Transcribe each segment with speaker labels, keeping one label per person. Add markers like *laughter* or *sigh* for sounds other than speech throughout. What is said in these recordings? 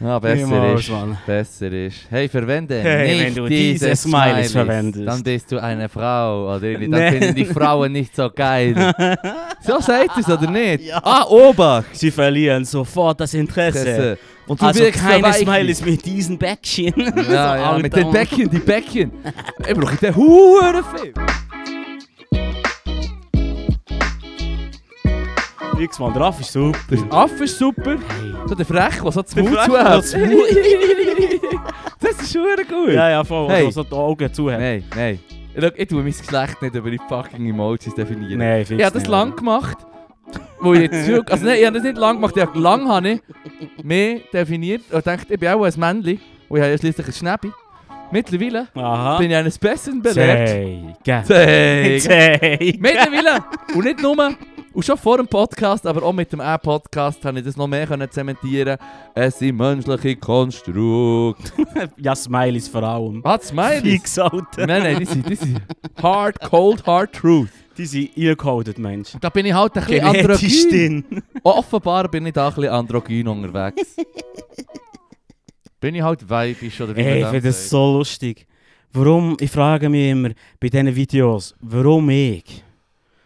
Speaker 1: Ah, besser
Speaker 2: Niemals,
Speaker 1: ist.
Speaker 2: Mann.
Speaker 1: Besser ist. Hey, verwende
Speaker 2: Hey,
Speaker 1: nicht
Speaker 2: wenn du
Speaker 1: diese,
Speaker 2: diese Smileys verwendest.
Speaker 1: Dann bist du eine Frau, oder? Dann
Speaker 2: Nee.
Speaker 1: finden die Frauen nicht so
Speaker 2: *laughs*
Speaker 1: geil. so sagt es, oder nicht? Ah, Obacht!
Speaker 2: Sie verlieren sofort das Interesse.
Speaker 1: Interesse. Und
Speaker 2: also
Speaker 1: wirkst
Speaker 2: keine
Speaker 1: verweichlich.
Speaker 2: Smileys mit diesen Bäckchen.
Speaker 1: *laughs* Ja,
Speaker 2: *laughs*
Speaker 1: ja,
Speaker 2: Alter.
Speaker 1: mit den Bäckchen, die
Speaker 2: *laughs*
Speaker 1: Bäckchen. ich brauche den Hurenfilm.
Speaker 2: Nix, Mann, der Raff ist super.
Speaker 1: Der Affe ist super. So der Frech, der so zu
Speaker 2: Der
Speaker 1: Mund
Speaker 2: Frech,
Speaker 1: zu
Speaker 2: der
Speaker 1: hat.
Speaker 2: so den
Speaker 1: *laughs* Das ist schon gut.
Speaker 2: Ja, ja, voll,
Speaker 1: Hey.
Speaker 2: hey. so die Augen zu hat.
Speaker 1: Nein, nein. Schau, ich tue mein Geschlecht nicht über die fucking Emojis definieren.
Speaker 2: Nein, fix
Speaker 1: Ich habe das
Speaker 2: nicht,
Speaker 1: lang gemacht, wo ich jetzt zurück... Also nein, ich habe das nicht lang gemacht, ich habe lang habe ich mehr definiert und dachte, ich bin auch ein Männchen und ich habe ja schliesslich ein Schnäppi. Mittlerweile
Speaker 2: Aha.
Speaker 1: bin ich eines Besseren belehrt.
Speaker 2: Zeige.
Speaker 1: Zeig.
Speaker 2: Zeige.
Speaker 1: Mittlerweile! Und nicht nur, und schon vor dem Podcast, aber auch mit dem A-Podcast habe ich das noch mehr können zementieren Es sind menschliche Konstrukte.
Speaker 2: Ja, Smileys vor allem.
Speaker 1: Ah, das meine ich.
Speaker 2: Fix, Alter.
Speaker 1: Nein, nein, die sind, die sind hard, cold, hard truth.
Speaker 2: Die sind eingecodet, Mensch.
Speaker 1: Da bin ich halt ein bisschen
Speaker 2: Genetisch
Speaker 1: androgyn.
Speaker 2: drin.
Speaker 1: Offenbar bin ich da ein bisschen androgyn unterwegs. bin ich halt weibisch oder wie
Speaker 2: Ey, ich
Speaker 1: man
Speaker 2: finde das
Speaker 1: das sagt.
Speaker 2: so lustig. Warum, ich frage mich immer bei diesen Videos, warum ich?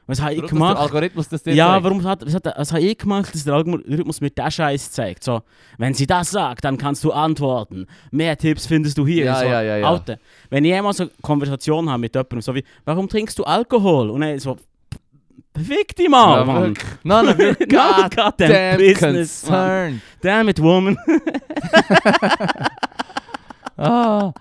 Speaker 2: Was habe ich
Speaker 1: Warum, dass der
Speaker 2: gemacht?
Speaker 1: Algorithmus das dir
Speaker 2: Ja,
Speaker 1: zeigt?
Speaker 2: warum hat, was, hat, was habe ich gemacht, dass der Algorithmus mir den Scheiß zeigt? So, wenn sie das sagt, dann kannst du antworten. Mehr Tipps findest du hier.
Speaker 1: Ja,
Speaker 2: so,
Speaker 1: ja, ja, ja.
Speaker 2: Alter, wenn ich einmal so eine Konversation habe mit jemandem, so wie, warum trinkst du Alkohol? Und er so, fick dich mal,
Speaker 1: Ja,
Speaker 2: *laughs*
Speaker 1: *laughs*
Speaker 2: Mann.
Speaker 1: wirklich. None of your
Speaker 2: No
Speaker 1: goddamn
Speaker 2: goddamn business, Mann.
Speaker 1: concern.
Speaker 2: Damn it, woman.
Speaker 1: Ah.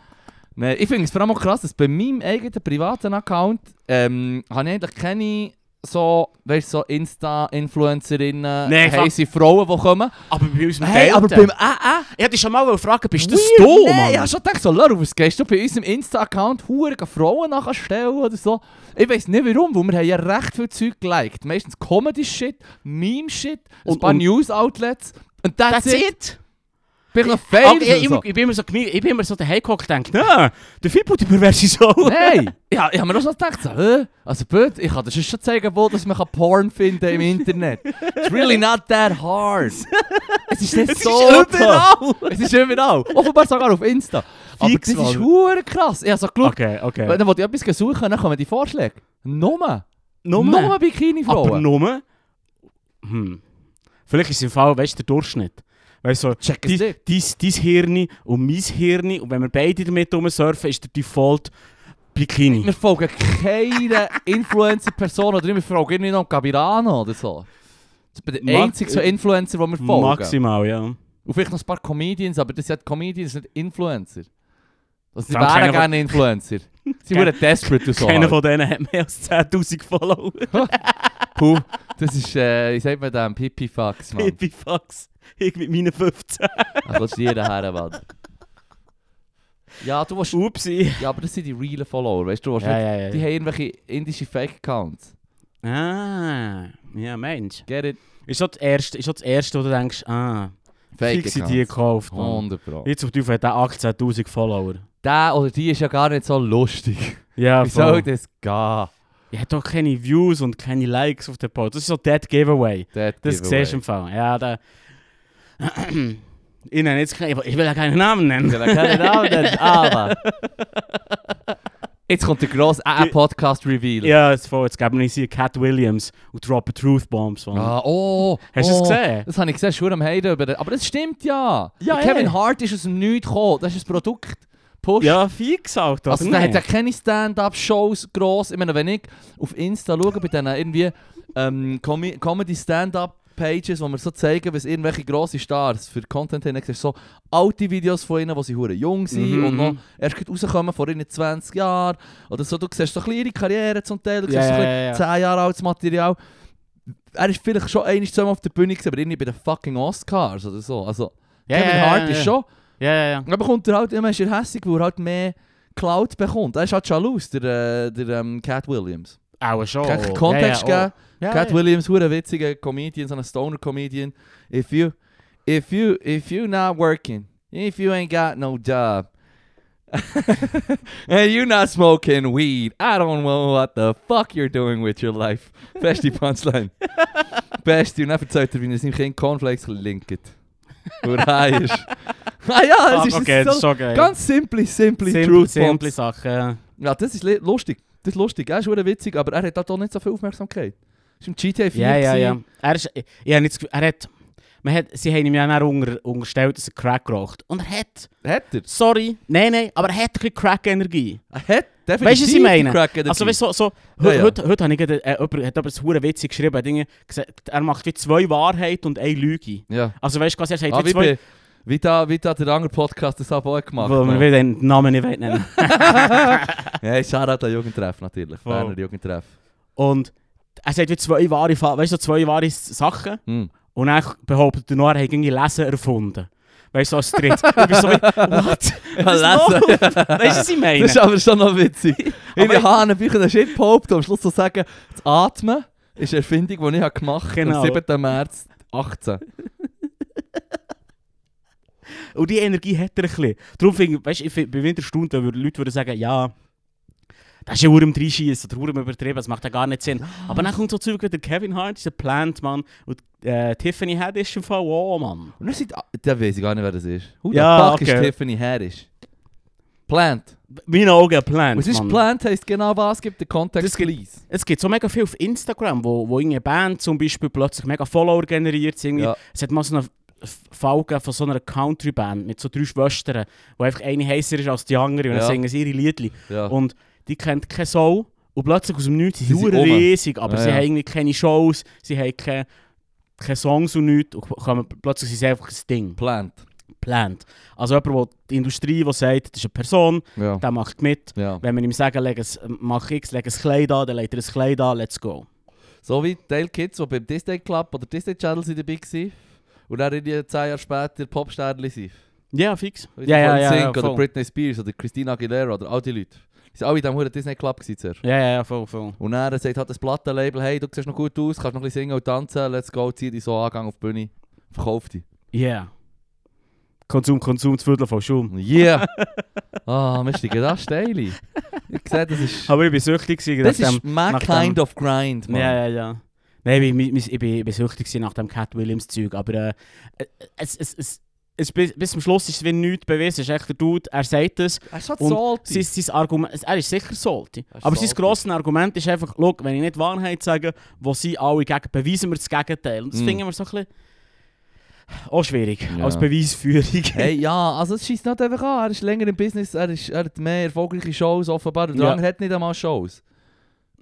Speaker 1: Nee, ich finde es vor allem auch krass, dass bei meinem eigenen privaten Account ähm, habe ich eigentlich keine so, weißt, so Insta-Influencerinnen,
Speaker 2: Nee, fuck.
Speaker 1: heisse Frauen, die kommen.
Speaker 2: *laughs* aber ah, bei uns
Speaker 1: Hey, aber beim AA?
Speaker 2: Ich hätte dich schon mal fragen, bist
Speaker 1: Weird,
Speaker 2: das du,
Speaker 1: nee,
Speaker 2: Mann?
Speaker 1: Ich habe schon gedacht, so, Leru, was gehst du bei unserem Insta-Account hure Frauen nachstellen oder so? Ich weiß nicht warum, weil wir haben ja recht viel Zeug geliked. Meistens Comedy-Shit, Meme-Shit, ein
Speaker 2: Und-
Speaker 1: paar
Speaker 2: und-
Speaker 1: News-Outlets. Und that's,
Speaker 2: That's
Speaker 1: it.
Speaker 2: it.
Speaker 1: Bin ich noch
Speaker 2: Aber
Speaker 1: fein.
Speaker 2: ich, ich, ich bin immer so, gemi- ich bin immer so daheim gehockt und gedacht, nein, der Fippo, die perverse Sau.
Speaker 1: Nein! Ja, ich habe mir auch schon gedacht, so, hä? also blöd, ich kann dir sonst schon zeigen, wo dass man kann Porn finden kann im Internet. It's really not that hard. Es
Speaker 2: *laughs*
Speaker 1: ist nicht
Speaker 2: Es
Speaker 1: so tough.
Speaker 2: ist überall.
Speaker 1: Es ist überall. Offenbar sogar auf Insta. Aber
Speaker 2: Fix,
Speaker 1: das ist
Speaker 2: Mann.
Speaker 1: hure krass. Ich habe so geschaut,
Speaker 2: Okay, okay.
Speaker 1: wenn dann wollte ich etwas suchen, dann kommen die Vorschläge. Nummer. Nummer
Speaker 2: Nummer? Aber
Speaker 1: Bikini-Frauen.
Speaker 2: Nummer? Hm. Vielleicht ist es im Fall, weißt du, der Durchschnitt. Weißt du, so,
Speaker 1: Check es
Speaker 2: dein
Speaker 1: nicht.
Speaker 2: dein Hirn und mein Hirn, und wenn wir beide damit rumsurfen, ist der Default Bikini.
Speaker 1: Wir folgen keine Influencer-Person oder nicht, wir folgen nicht noch Gabirano oder so. Das ist der
Speaker 2: Mag-
Speaker 1: einzige so Influencer, den wir folgen.
Speaker 2: Maximal, ja.
Speaker 1: Und vielleicht noch ein paar Comedians, aber das sind Comedians, nicht Influencer. Also sie
Speaker 2: Vor allem
Speaker 1: wären
Speaker 2: keiner,
Speaker 1: gerne Influencer. Sie
Speaker 2: Kein-
Speaker 1: wurden desperate dus und so.
Speaker 2: Keiner
Speaker 1: halt.
Speaker 2: von denen hat mehr als dus 10.000 Follower. *laughs*
Speaker 1: Puh, das ist, äh, ich sag mal dem, Pipifax, Mann.
Speaker 2: Baby Fox. Ich mit meinen 15.
Speaker 1: Da kommst du jeder her, Mann. Ja, du willst,
Speaker 2: Upsi.
Speaker 1: ja, aber das sind die realen Follower, weißt du? du willst nicht,
Speaker 2: ja,
Speaker 1: Die haben irgendwelche indische Fake-Accounts.
Speaker 2: Ah, ja, Mensch.
Speaker 1: Get it?
Speaker 2: Ist schon das Erste, ist schon das Erste wo du denkst, ah, fix ich die
Speaker 1: Fake-Accounts.
Speaker 2: gekauft. Mann.
Speaker 1: 100 Pro.
Speaker 2: Jetzt auf die Teufel hat er 18.000 Follower.
Speaker 1: Der oder die ist ja gar nicht so lustig. *laughs*
Speaker 2: Ja,
Speaker 1: Wie soll
Speaker 2: voll.
Speaker 1: das gehen?
Speaker 2: Ich habe doch keine Views und keine Likes auf der Post. Das ist so Dead Giveaway.
Speaker 1: That
Speaker 2: Das
Speaker 1: giveaway.
Speaker 2: siehst du im Fall. Ja, da... *clears throat* ich, nenne jetzt keine, ich will ja keinen Namen
Speaker 1: Ich
Speaker 2: nennen. *laughs*
Speaker 1: will keinen Namen nennen, aber. Jetzt kommt der grosse äh, Podcast-Reveal.
Speaker 2: Ja, jetzt voll. Jetzt geben wir uns hier Cat Williams und droppen Truth Bombs. Mann.
Speaker 1: Ah, oh,
Speaker 2: Hast du
Speaker 1: oh,
Speaker 2: es gesehen?
Speaker 1: Das habe ich gesehen, schon am Heiden. Über den, aber das ah, stimmt ja.
Speaker 2: Ja,
Speaker 1: Der Kevin
Speaker 2: ey.
Speaker 1: Hart dus ist aus dem Nichts gekommen. Das ist ein Produkt. Push.
Speaker 2: Ja, fix, Alter.
Speaker 1: also,
Speaker 2: oder
Speaker 1: der hat
Speaker 2: nicht?
Speaker 1: ja keine Stand-Up-Shows gross. Ich meine, wenn ich auf Insta schaue, bei diesen irgendwie ähm, Com- Comedy-Stand-Up-Pages, wo mir so zeigen, was irgendwelche grossen Stars für Content haben, dann siehst du so alte Videos von ihnen, wo sie hure jung sind
Speaker 2: Mhm,
Speaker 1: und noch
Speaker 2: mhm.
Speaker 1: erst gerade rauskommen vor ihnen 20 Jahren. Oder so, du siehst so ein bisschen ihre Karriere zum Teil, du
Speaker 2: Ja,
Speaker 1: siehst so ein
Speaker 2: ja,
Speaker 1: bisschen
Speaker 2: ja,
Speaker 1: 10 Jahre altes Material. Er ist vielleicht schon einmal zusammen auf der Bühne gewesen, aber irgendwie bei den fucking Oscars oder so. Also,
Speaker 2: Ja,
Speaker 1: Kevin
Speaker 2: ja, ja,
Speaker 1: Hart
Speaker 2: ja,
Speaker 1: ist
Speaker 2: ja.
Speaker 1: schon...
Speaker 2: Ja, ja, ja.
Speaker 1: Dann bekommt er halt immer ist er hässig, weil er halt mehr Cloud bekommt. Er ist halt schalus, der, äh, der ähm, Cat Williams.
Speaker 2: Auch schon.
Speaker 1: Kann ich einen Kontext
Speaker 2: ja, ja,
Speaker 1: geben?
Speaker 2: oh. Ja,
Speaker 1: Cat
Speaker 2: ja.
Speaker 1: Williams, *laughs* hure witziger Comedian, so ein Stoner Comedian. If you, if you, if you not working, if you ain't got no job, *laughs* and you not smoking weed, I don't know what the fuck you're doing with your
Speaker 2: *laughs*
Speaker 1: life. Beste Punchline. nou,
Speaker 2: *laughs*
Speaker 1: Beste, und dann erzählt er, wie er seinem Kind Cornflakes linket. Wo er high ist. ah ja, es
Speaker 2: Fuck,
Speaker 1: ist
Speaker 2: okay, das ist
Speaker 1: so
Speaker 2: schon geil.
Speaker 1: ganz simple, simple,
Speaker 2: simple,
Speaker 1: Truth
Speaker 2: simple
Speaker 1: Bombs.
Speaker 2: Sachen. ja.
Speaker 1: Ja, das ist li- lustig. Das ist lustig. Er ist verdammt witzig, aber er hat halt auch nicht so viel Aufmerksamkeit. Das war im GTA 4.
Speaker 2: Ja, ja, ja.
Speaker 1: gewesen.
Speaker 2: Er ist, ich, ich hab nicht das Gefühl, er hat, man hat, sie haben ihm ja dann unter, unterstellt, dass er Crack raucht. Und er hat,
Speaker 1: Hat er?
Speaker 2: sorry, nein, nein, aber er hat ein bisschen Crack-Energie.
Speaker 1: Er hat definitiv
Speaker 2: Weißt du, was ich meine?
Speaker 1: die Crack Energy.
Speaker 2: Also, weißt du, so, so, he-
Speaker 1: Ja, ja.
Speaker 2: heute, heute habe ich gerade, äh, jemand, hat jemand einen verdammten Witz geschrieben, Dinge, gesagt, er macht wie zwei Wahrheit und eine Lüge.
Speaker 1: Ja.
Speaker 2: Also, weißt du, quasi, er sagt
Speaker 1: Ah,
Speaker 2: wie
Speaker 1: wie,
Speaker 2: zwei,
Speaker 1: bei, wie, da, wie da der andere Podcast das auch gemacht
Speaker 2: wo wir
Speaker 1: hat.
Speaker 2: wieder den Namen nicht
Speaker 1: *laughs*
Speaker 2: nennen
Speaker 1: Ja, ich schaue an Jugendtreff natürlich.
Speaker 2: Voll.
Speaker 1: Berner Jugendtreff.
Speaker 2: Und er sagt wie zwei wahre, Fa- weißt du, so zwei wahre S- Sachen. *laughs*
Speaker 1: Hm.
Speaker 2: Und dann behauptet er noch, er hätte irgendwie Lesen erfunden. Weißt du, so als Dritt.
Speaker 1: *laughs*
Speaker 2: ich bin so wie, *laughs* what?
Speaker 1: Lesen.
Speaker 2: Weißt du, was ich meine?
Speaker 1: Das ist aber schon noch witzig. In
Speaker 2: *laughs* Aber
Speaker 1: den
Speaker 2: ich-
Speaker 1: Hahnenbüchern hast du behauptet, am Schluss zu sagen, das Atmen ist eine Erfindung, die ich habe gemacht habe
Speaker 2: Genau.
Speaker 1: am 7. März 18.
Speaker 2: Und die Energie hat er ein bisschen. Darum finde ich, weißt, du, ich find, bei Winterstunde würden Leute würden sagen, ja, das ist ja Uhr im Dreischießen oder Uhr im Übertrieben, das macht ja gar nicht Sinn. Aber dann kommt so Zeug wie der Kevin Hart, ist ein Plant, Mann. Und äh, Tiffany Head ist im Fall auch, Mann.
Speaker 1: Und dann sind... ah, Da weiss ich gar nicht, wer das ist. Who
Speaker 2: Ja,
Speaker 1: the fuck
Speaker 2: okay.
Speaker 1: ist Tiffany Harris? Plant.
Speaker 2: Meine Augen ein Plant,
Speaker 1: Was ist
Speaker 2: Mann.
Speaker 1: Plant heisst genau was, gibt den Kontext
Speaker 2: Das gibt-
Speaker 1: please.
Speaker 2: Es gibt so mega viel auf Instagram, wo, wo irgendeine Band zum Beispiel plötzlich mega Follower generiert. Irgendwie.
Speaker 1: Ja.
Speaker 2: Es hat mal so einen F- Fall gegeben von so einer Country-Band mit so drei Schwestern, wo einfach eine heißer ist als die andere und
Speaker 1: Ja.
Speaker 2: dann singen sie ihre Liedli.
Speaker 1: Ja.
Speaker 2: Und die kennt keine Sau. Und plötzlich aus dem Nichts sind
Speaker 1: Sie
Speaker 2: sie
Speaker 1: sind
Speaker 2: hure
Speaker 1: oben.
Speaker 2: riesig, aber
Speaker 1: Ja,
Speaker 2: sie
Speaker 1: ja.
Speaker 2: haben irgendwie keine Shows, sie haben keine, keine Songs und nichts. Und kommen, plötzlich sind sie einfach ein Ding,
Speaker 1: Plant.
Speaker 2: geplant. Also jemand, wo die Industrie die sagt, das ist eine Person,
Speaker 1: Ja.
Speaker 2: der macht mit.
Speaker 1: ja.
Speaker 2: Wenn wir ihm sagen, leg ein, mach X, leg ein Kleid an, dann legt er ein Kleid an, let's go.
Speaker 1: So wie Dale Kids, die beim Disney Club oder Disney Channel sind dabei waren. Und dann irgendwie zehn Jahre später Popsternli sind.
Speaker 2: Ja, fix.
Speaker 1: Weißt du,
Speaker 2: Ja, ja,
Speaker 1: von
Speaker 2: ja,
Speaker 1: Sync
Speaker 2: ja,
Speaker 1: oder
Speaker 2: voll.
Speaker 1: Britney Spears oder Christina Aguilera oder all die Leute. Die sind alle in diesem huren Disney Club gewesen zuerst.
Speaker 2: Ja, ja, ja, voll, voll.
Speaker 1: Und er sagt halt das Plattenlabel, hey, du siehst noch gut aus, kannst noch ein bisschen singen und tanzen, let's go, zieh dich so an, gang auf die Bühne, verkauf dich.
Speaker 2: Yeah. Konsum, Konsum, das Viertel von Schaum.
Speaker 1: Yeah! *laughs* Ah, wir steigen da steil ein. Ich sehe, das ist...
Speaker 2: Aber ich war süchtig. gewesen
Speaker 1: Das
Speaker 2: nach
Speaker 1: ist my
Speaker 2: nach
Speaker 1: kind
Speaker 2: dem-
Speaker 1: of grind, man.
Speaker 2: Ja, ja, ja. Nein, ich, ich, ich, ich, bin, ich bin süchtig gewesen nach dem Cat Williams Zeug, aber äh, äh, es, es, es, es, bis, bis zum Schluss ist es wie nichts bewiesen. Es ist echt der Dude, er sagt es.
Speaker 1: Er ist so
Speaker 2: Und
Speaker 1: salty.
Speaker 2: Sein, sein Argument, er ist sicher sollte.
Speaker 1: Er ist
Speaker 2: Aber sein
Speaker 1: salty.
Speaker 2: grosses Argument ist einfach, schau, wenn ich nicht Wahrheit sage, wo sie alle gegen, beweisen wir das Gegenteil. Und das
Speaker 1: Mm.
Speaker 2: finden wir so ein bisschen auch schwierig,
Speaker 1: Ja.
Speaker 2: als Beweisführung.
Speaker 1: Hey, ja, also es schießt nicht einfach an. Er ist länger im Business, er, ist, er hat mehr erfolgreiche Shows offenbar. Der
Speaker 2: Ja.
Speaker 1: andere hat nicht einmal Shows.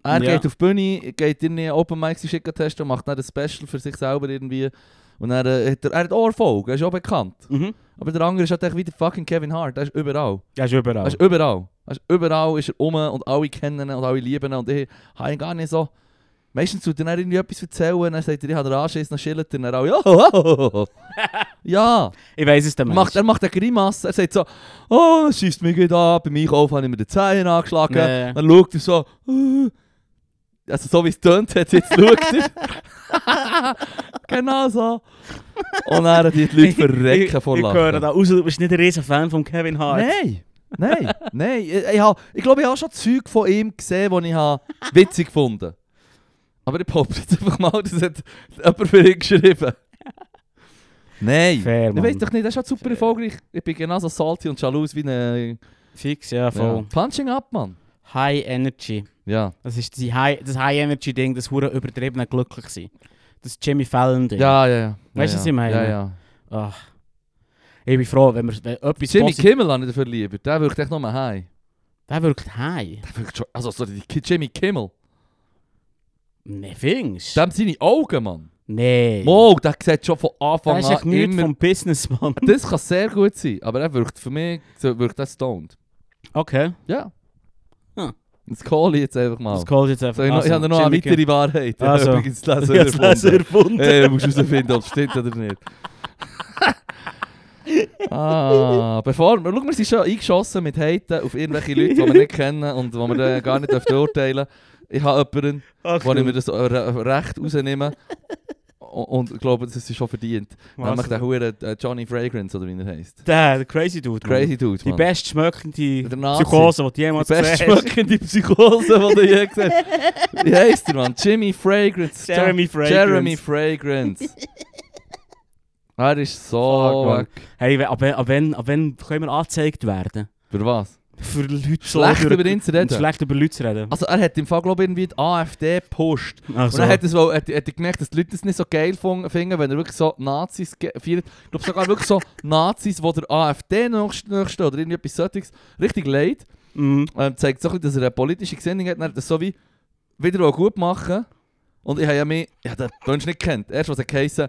Speaker 1: Er
Speaker 2: Ja.
Speaker 1: geht auf die Bühne, geht in die Open Mics schicken testen und macht dann ein Special für sich selber irgendwie. Und er, äh, hat, er er hat auch Erfolg, er ist auch bekannt.
Speaker 2: *laughs* mhm.
Speaker 1: Aber der andere ist halt echt wie der fucking Kevin Hart, er ist überall.
Speaker 2: Ja, ist überall.
Speaker 1: Er ist überall. Er ist überall ist er rum und alle kennen ihn und alle lieben ihn. Und ich habe ihn gar nicht so... Meistens tut er dann irgendwie etwas erzählen, dann sagt er, ich habe den Anschiss, dann schillert er dann auch. *laughs* Ja, ja.
Speaker 2: ich weiß es der
Speaker 1: Er
Speaker 2: Mensch.
Speaker 1: macht, er macht eine Grimasse, er sagt so, oh, es schießt mich gut an, beim Einkauf habe ich mir den Zehen angeschlagen.
Speaker 2: Nee.
Speaker 1: Dann schaut er so, «Äh.» also so wie es tönt, hat jetzt schaut
Speaker 2: *laughs*
Speaker 1: er. *laughs* genau so. Und er hat die Leute verrecken vor
Speaker 2: Ich, ich höre
Speaker 1: Lachen.
Speaker 2: da raus, du bist nicht ein riesen Fan von Kevin Hart.
Speaker 1: Nein, nein, nein. Ich, ich, hab- ich glaube, ich habe schon Zeug von ihm gesehen, die ich hab witzig gefunden Aber ich behaupte jetzt einfach mal, das hat jemand für ihn geschrieben. Nein.
Speaker 2: Fair,
Speaker 1: Ich
Speaker 2: Mann.
Speaker 1: weiß doch nicht, er ist halt super erfolgreich. Ich bin genauso salty und jalous wie ein...
Speaker 2: Fix, ja,
Speaker 1: Ja.
Speaker 2: voll.
Speaker 1: Punching up, Mann.
Speaker 2: High Energy.
Speaker 1: Ja.
Speaker 2: Das ist die High, das High Energy Ding, das hure übertrieben glücklich sein. Das Jimmy Fallon Ding.
Speaker 1: Ja, ja, ja.
Speaker 2: Weißt du,
Speaker 1: ja,
Speaker 2: was ich meine?
Speaker 1: Ja, ja.
Speaker 2: Ach. Ich bin froh, wenn wir wenn etwas
Speaker 1: Jimmy
Speaker 2: posit-
Speaker 1: Kimmel habe ich dafür lieber. Der wirkt echt nochmal high.
Speaker 2: Der wirkt high.
Speaker 1: Der wirkt schon... Also, sorry, die Ki- Jimmy Kimmel.
Speaker 2: Nee, findest du?
Speaker 1: Dem seine Augen, Mann.
Speaker 2: Nee.
Speaker 1: Wow, der sieht schon von
Speaker 2: Der
Speaker 1: Anfang
Speaker 2: ist echt
Speaker 1: an
Speaker 2: nichts
Speaker 1: immer...
Speaker 2: vom Businessman.
Speaker 1: Das kann sehr gut sein, aber er wirkt für mich... so wirkt er stoned.
Speaker 2: Okay.
Speaker 1: Ja.
Speaker 2: Hm.
Speaker 1: Das call ich jetzt einfach mal.
Speaker 2: Das calls jetzt
Speaker 1: So,
Speaker 2: einfach.
Speaker 1: ich, noch, ich habe noch eine weitere Wahrheit.
Speaker 2: Also.
Speaker 1: *laughs* Ich habe
Speaker 2: *laughs*
Speaker 1: übrigens das
Speaker 2: Ich hab's
Speaker 1: erfunden.
Speaker 2: erfunden.
Speaker 1: Ey, du musst herausfinden, ob es stimmt oder
Speaker 2: *laughs*
Speaker 1: nicht. ah, bevor, schau, wir sind schon eingeschossen mit Haten auf irgendwelche Leute, die wir nicht kennen und die wir dann gar nicht beurteilen dürfen. Ich habe jemanden,
Speaker 2: Ach,
Speaker 1: wo ich mir
Speaker 2: du.
Speaker 1: das äh, re- recht rausnehme O- und ich glaube, das ist schon verdient.
Speaker 2: Was?
Speaker 1: Nämlich der Hure äh, Johnny Fragrance oder wie er heisst.
Speaker 2: Der, der Crazy Dude. Mann.
Speaker 1: Crazy Dude,
Speaker 2: Die
Speaker 1: Mann.
Speaker 2: bestschmeckende
Speaker 1: Der Nazi.
Speaker 2: Psychose, die du jemals
Speaker 1: Die
Speaker 2: gesehen hast.
Speaker 1: bestschmeckende Psychose, die du je gesehen hast. Wie heisst der, Mann? Jimmy Fragrance.
Speaker 2: Jeremy Fragrance.
Speaker 1: Jeremy Fragrance. Er ist so
Speaker 2: Fuck, Mann.
Speaker 1: weg.
Speaker 2: Hey, we- ab, we- ab, wann, ab wann können wir angezeigt werden?
Speaker 1: Für was?
Speaker 2: Für Leute so
Speaker 1: Schlecht
Speaker 2: durch-
Speaker 1: über ihn zu reden.
Speaker 2: Um Schlecht über Leute zu reden.
Speaker 1: Also er hat im Fall, glaube ich, irgendwie die AfD gepusht. Und
Speaker 2: Also,
Speaker 1: dann hat, es, wohl- hat, hat er gemerkt, dass die Leute es nicht so geil fun- finden, wenn er wirklich so Nazis ge- feiert. Ich glaube sogar wirklich so Nazis, die der AfD nachstehen oder irgendwie etwas solches. Richtig leid.
Speaker 2: mm,
Speaker 1: Ähm, zeigt so ein bisschen, dass er eine politische Gesinnung hat. Er hat das so wie wieder auch gut machen. Und ich habe ja mich, ich habe den Mensch nicht kennt. Erst was er geheißen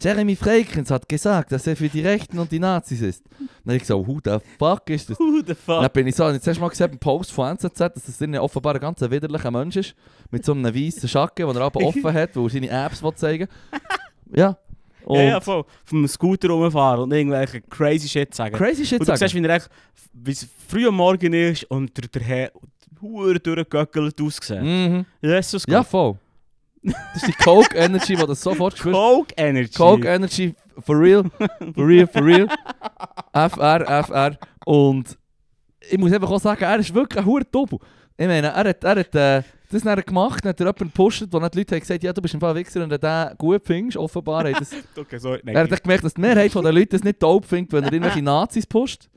Speaker 1: Jeremy Freikens hat gesagt, dass er für die Rechten und die Nazis ist. Dann habe ich gesagt, who the fuck ist das?
Speaker 2: who the
Speaker 1: Und
Speaker 2: fuck?
Speaker 1: Dann bin ich so, und jetzt hast du mal gesehen, im Post von NZZ, dass das ein offenbar ein ganz widerlicher Mensch ist, mit so einem weißen Schacken, den er aber offen hat, wo er seine Apps will zeigen will. Ja. Und
Speaker 2: Ja, ja, voll. Vom Scooter rumfahren und irgendwelche crazy shit sagen.
Speaker 1: crazy shit
Speaker 2: Und du
Speaker 1: sagen.
Speaker 2: siehst, wie er echt, wie es früh am Morgen ist und der, der Herr hure durchgegöckelt aussieht.
Speaker 1: Mhm.
Speaker 2: Jesus
Speaker 1: Ja, voll. Das ist die Coke Energy, die das
Speaker 2: *laughs*
Speaker 1: sofort
Speaker 2: Gott.
Speaker 1: spürt.
Speaker 2: Coke Energy.
Speaker 1: Coke Energy, for real, for real, for real. FR, FR. Und ich muss einfach auch sagen, er ist wirklich ein hoher Doppel. Ich meine, er hat, er hat äh, das dann gemacht, dann hat er jemanden gepusht, wo dann die Leute haben gesagt ja, du bist im Fall ein Wichser und den gut findest. Offenbar hat das
Speaker 2: Okay, sorry.
Speaker 1: Er hat dann gemerkt, dass die Mehrheit der Leute es nicht dope findet, wenn er irgendwelche Nazis pusht.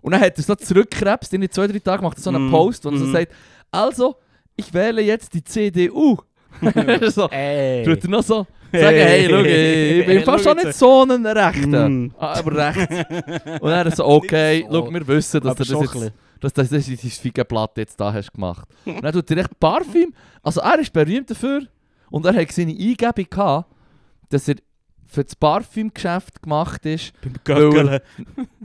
Speaker 1: Und dann hat er es noch zurückgekrebst, in zwei, drei Tagen macht er so einen
Speaker 2: Mm,
Speaker 1: Post, wo er so
Speaker 2: mm.
Speaker 1: sagt, also, ich wähle jetzt die CDU. *laughs* so,
Speaker 2: Ey.
Speaker 1: tut er noch so sagen, hey, schau, ich ich bin
Speaker 2: Hey,
Speaker 1: fast
Speaker 2: schau
Speaker 1: schon nicht so ein Rechter.
Speaker 2: Mm.
Speaker 1: Ah, Oh, aber
Speaker 2: *laughs*
Speaker 1: rechts. Und er so, okay,
Speaker 2: Nicht so.
Speaker 1: schau, wir wissen, dass
Speaker 2: Aber
Speaker 1: du das
Speaker 2: schon
Speaker 1: jetzt... Dass das, das, das, das Fickenblatt jetzt da hast gemacht.
Speaker 2: *laughs*
Speaker 1: Und dann tut er echt Parfüm. Also er ist berühmt dafür. Und er hat seine Eingebung gehabt, dass er für das Parfümgeschäft gemacht ist.
Speaker 2: Beim Göckeln.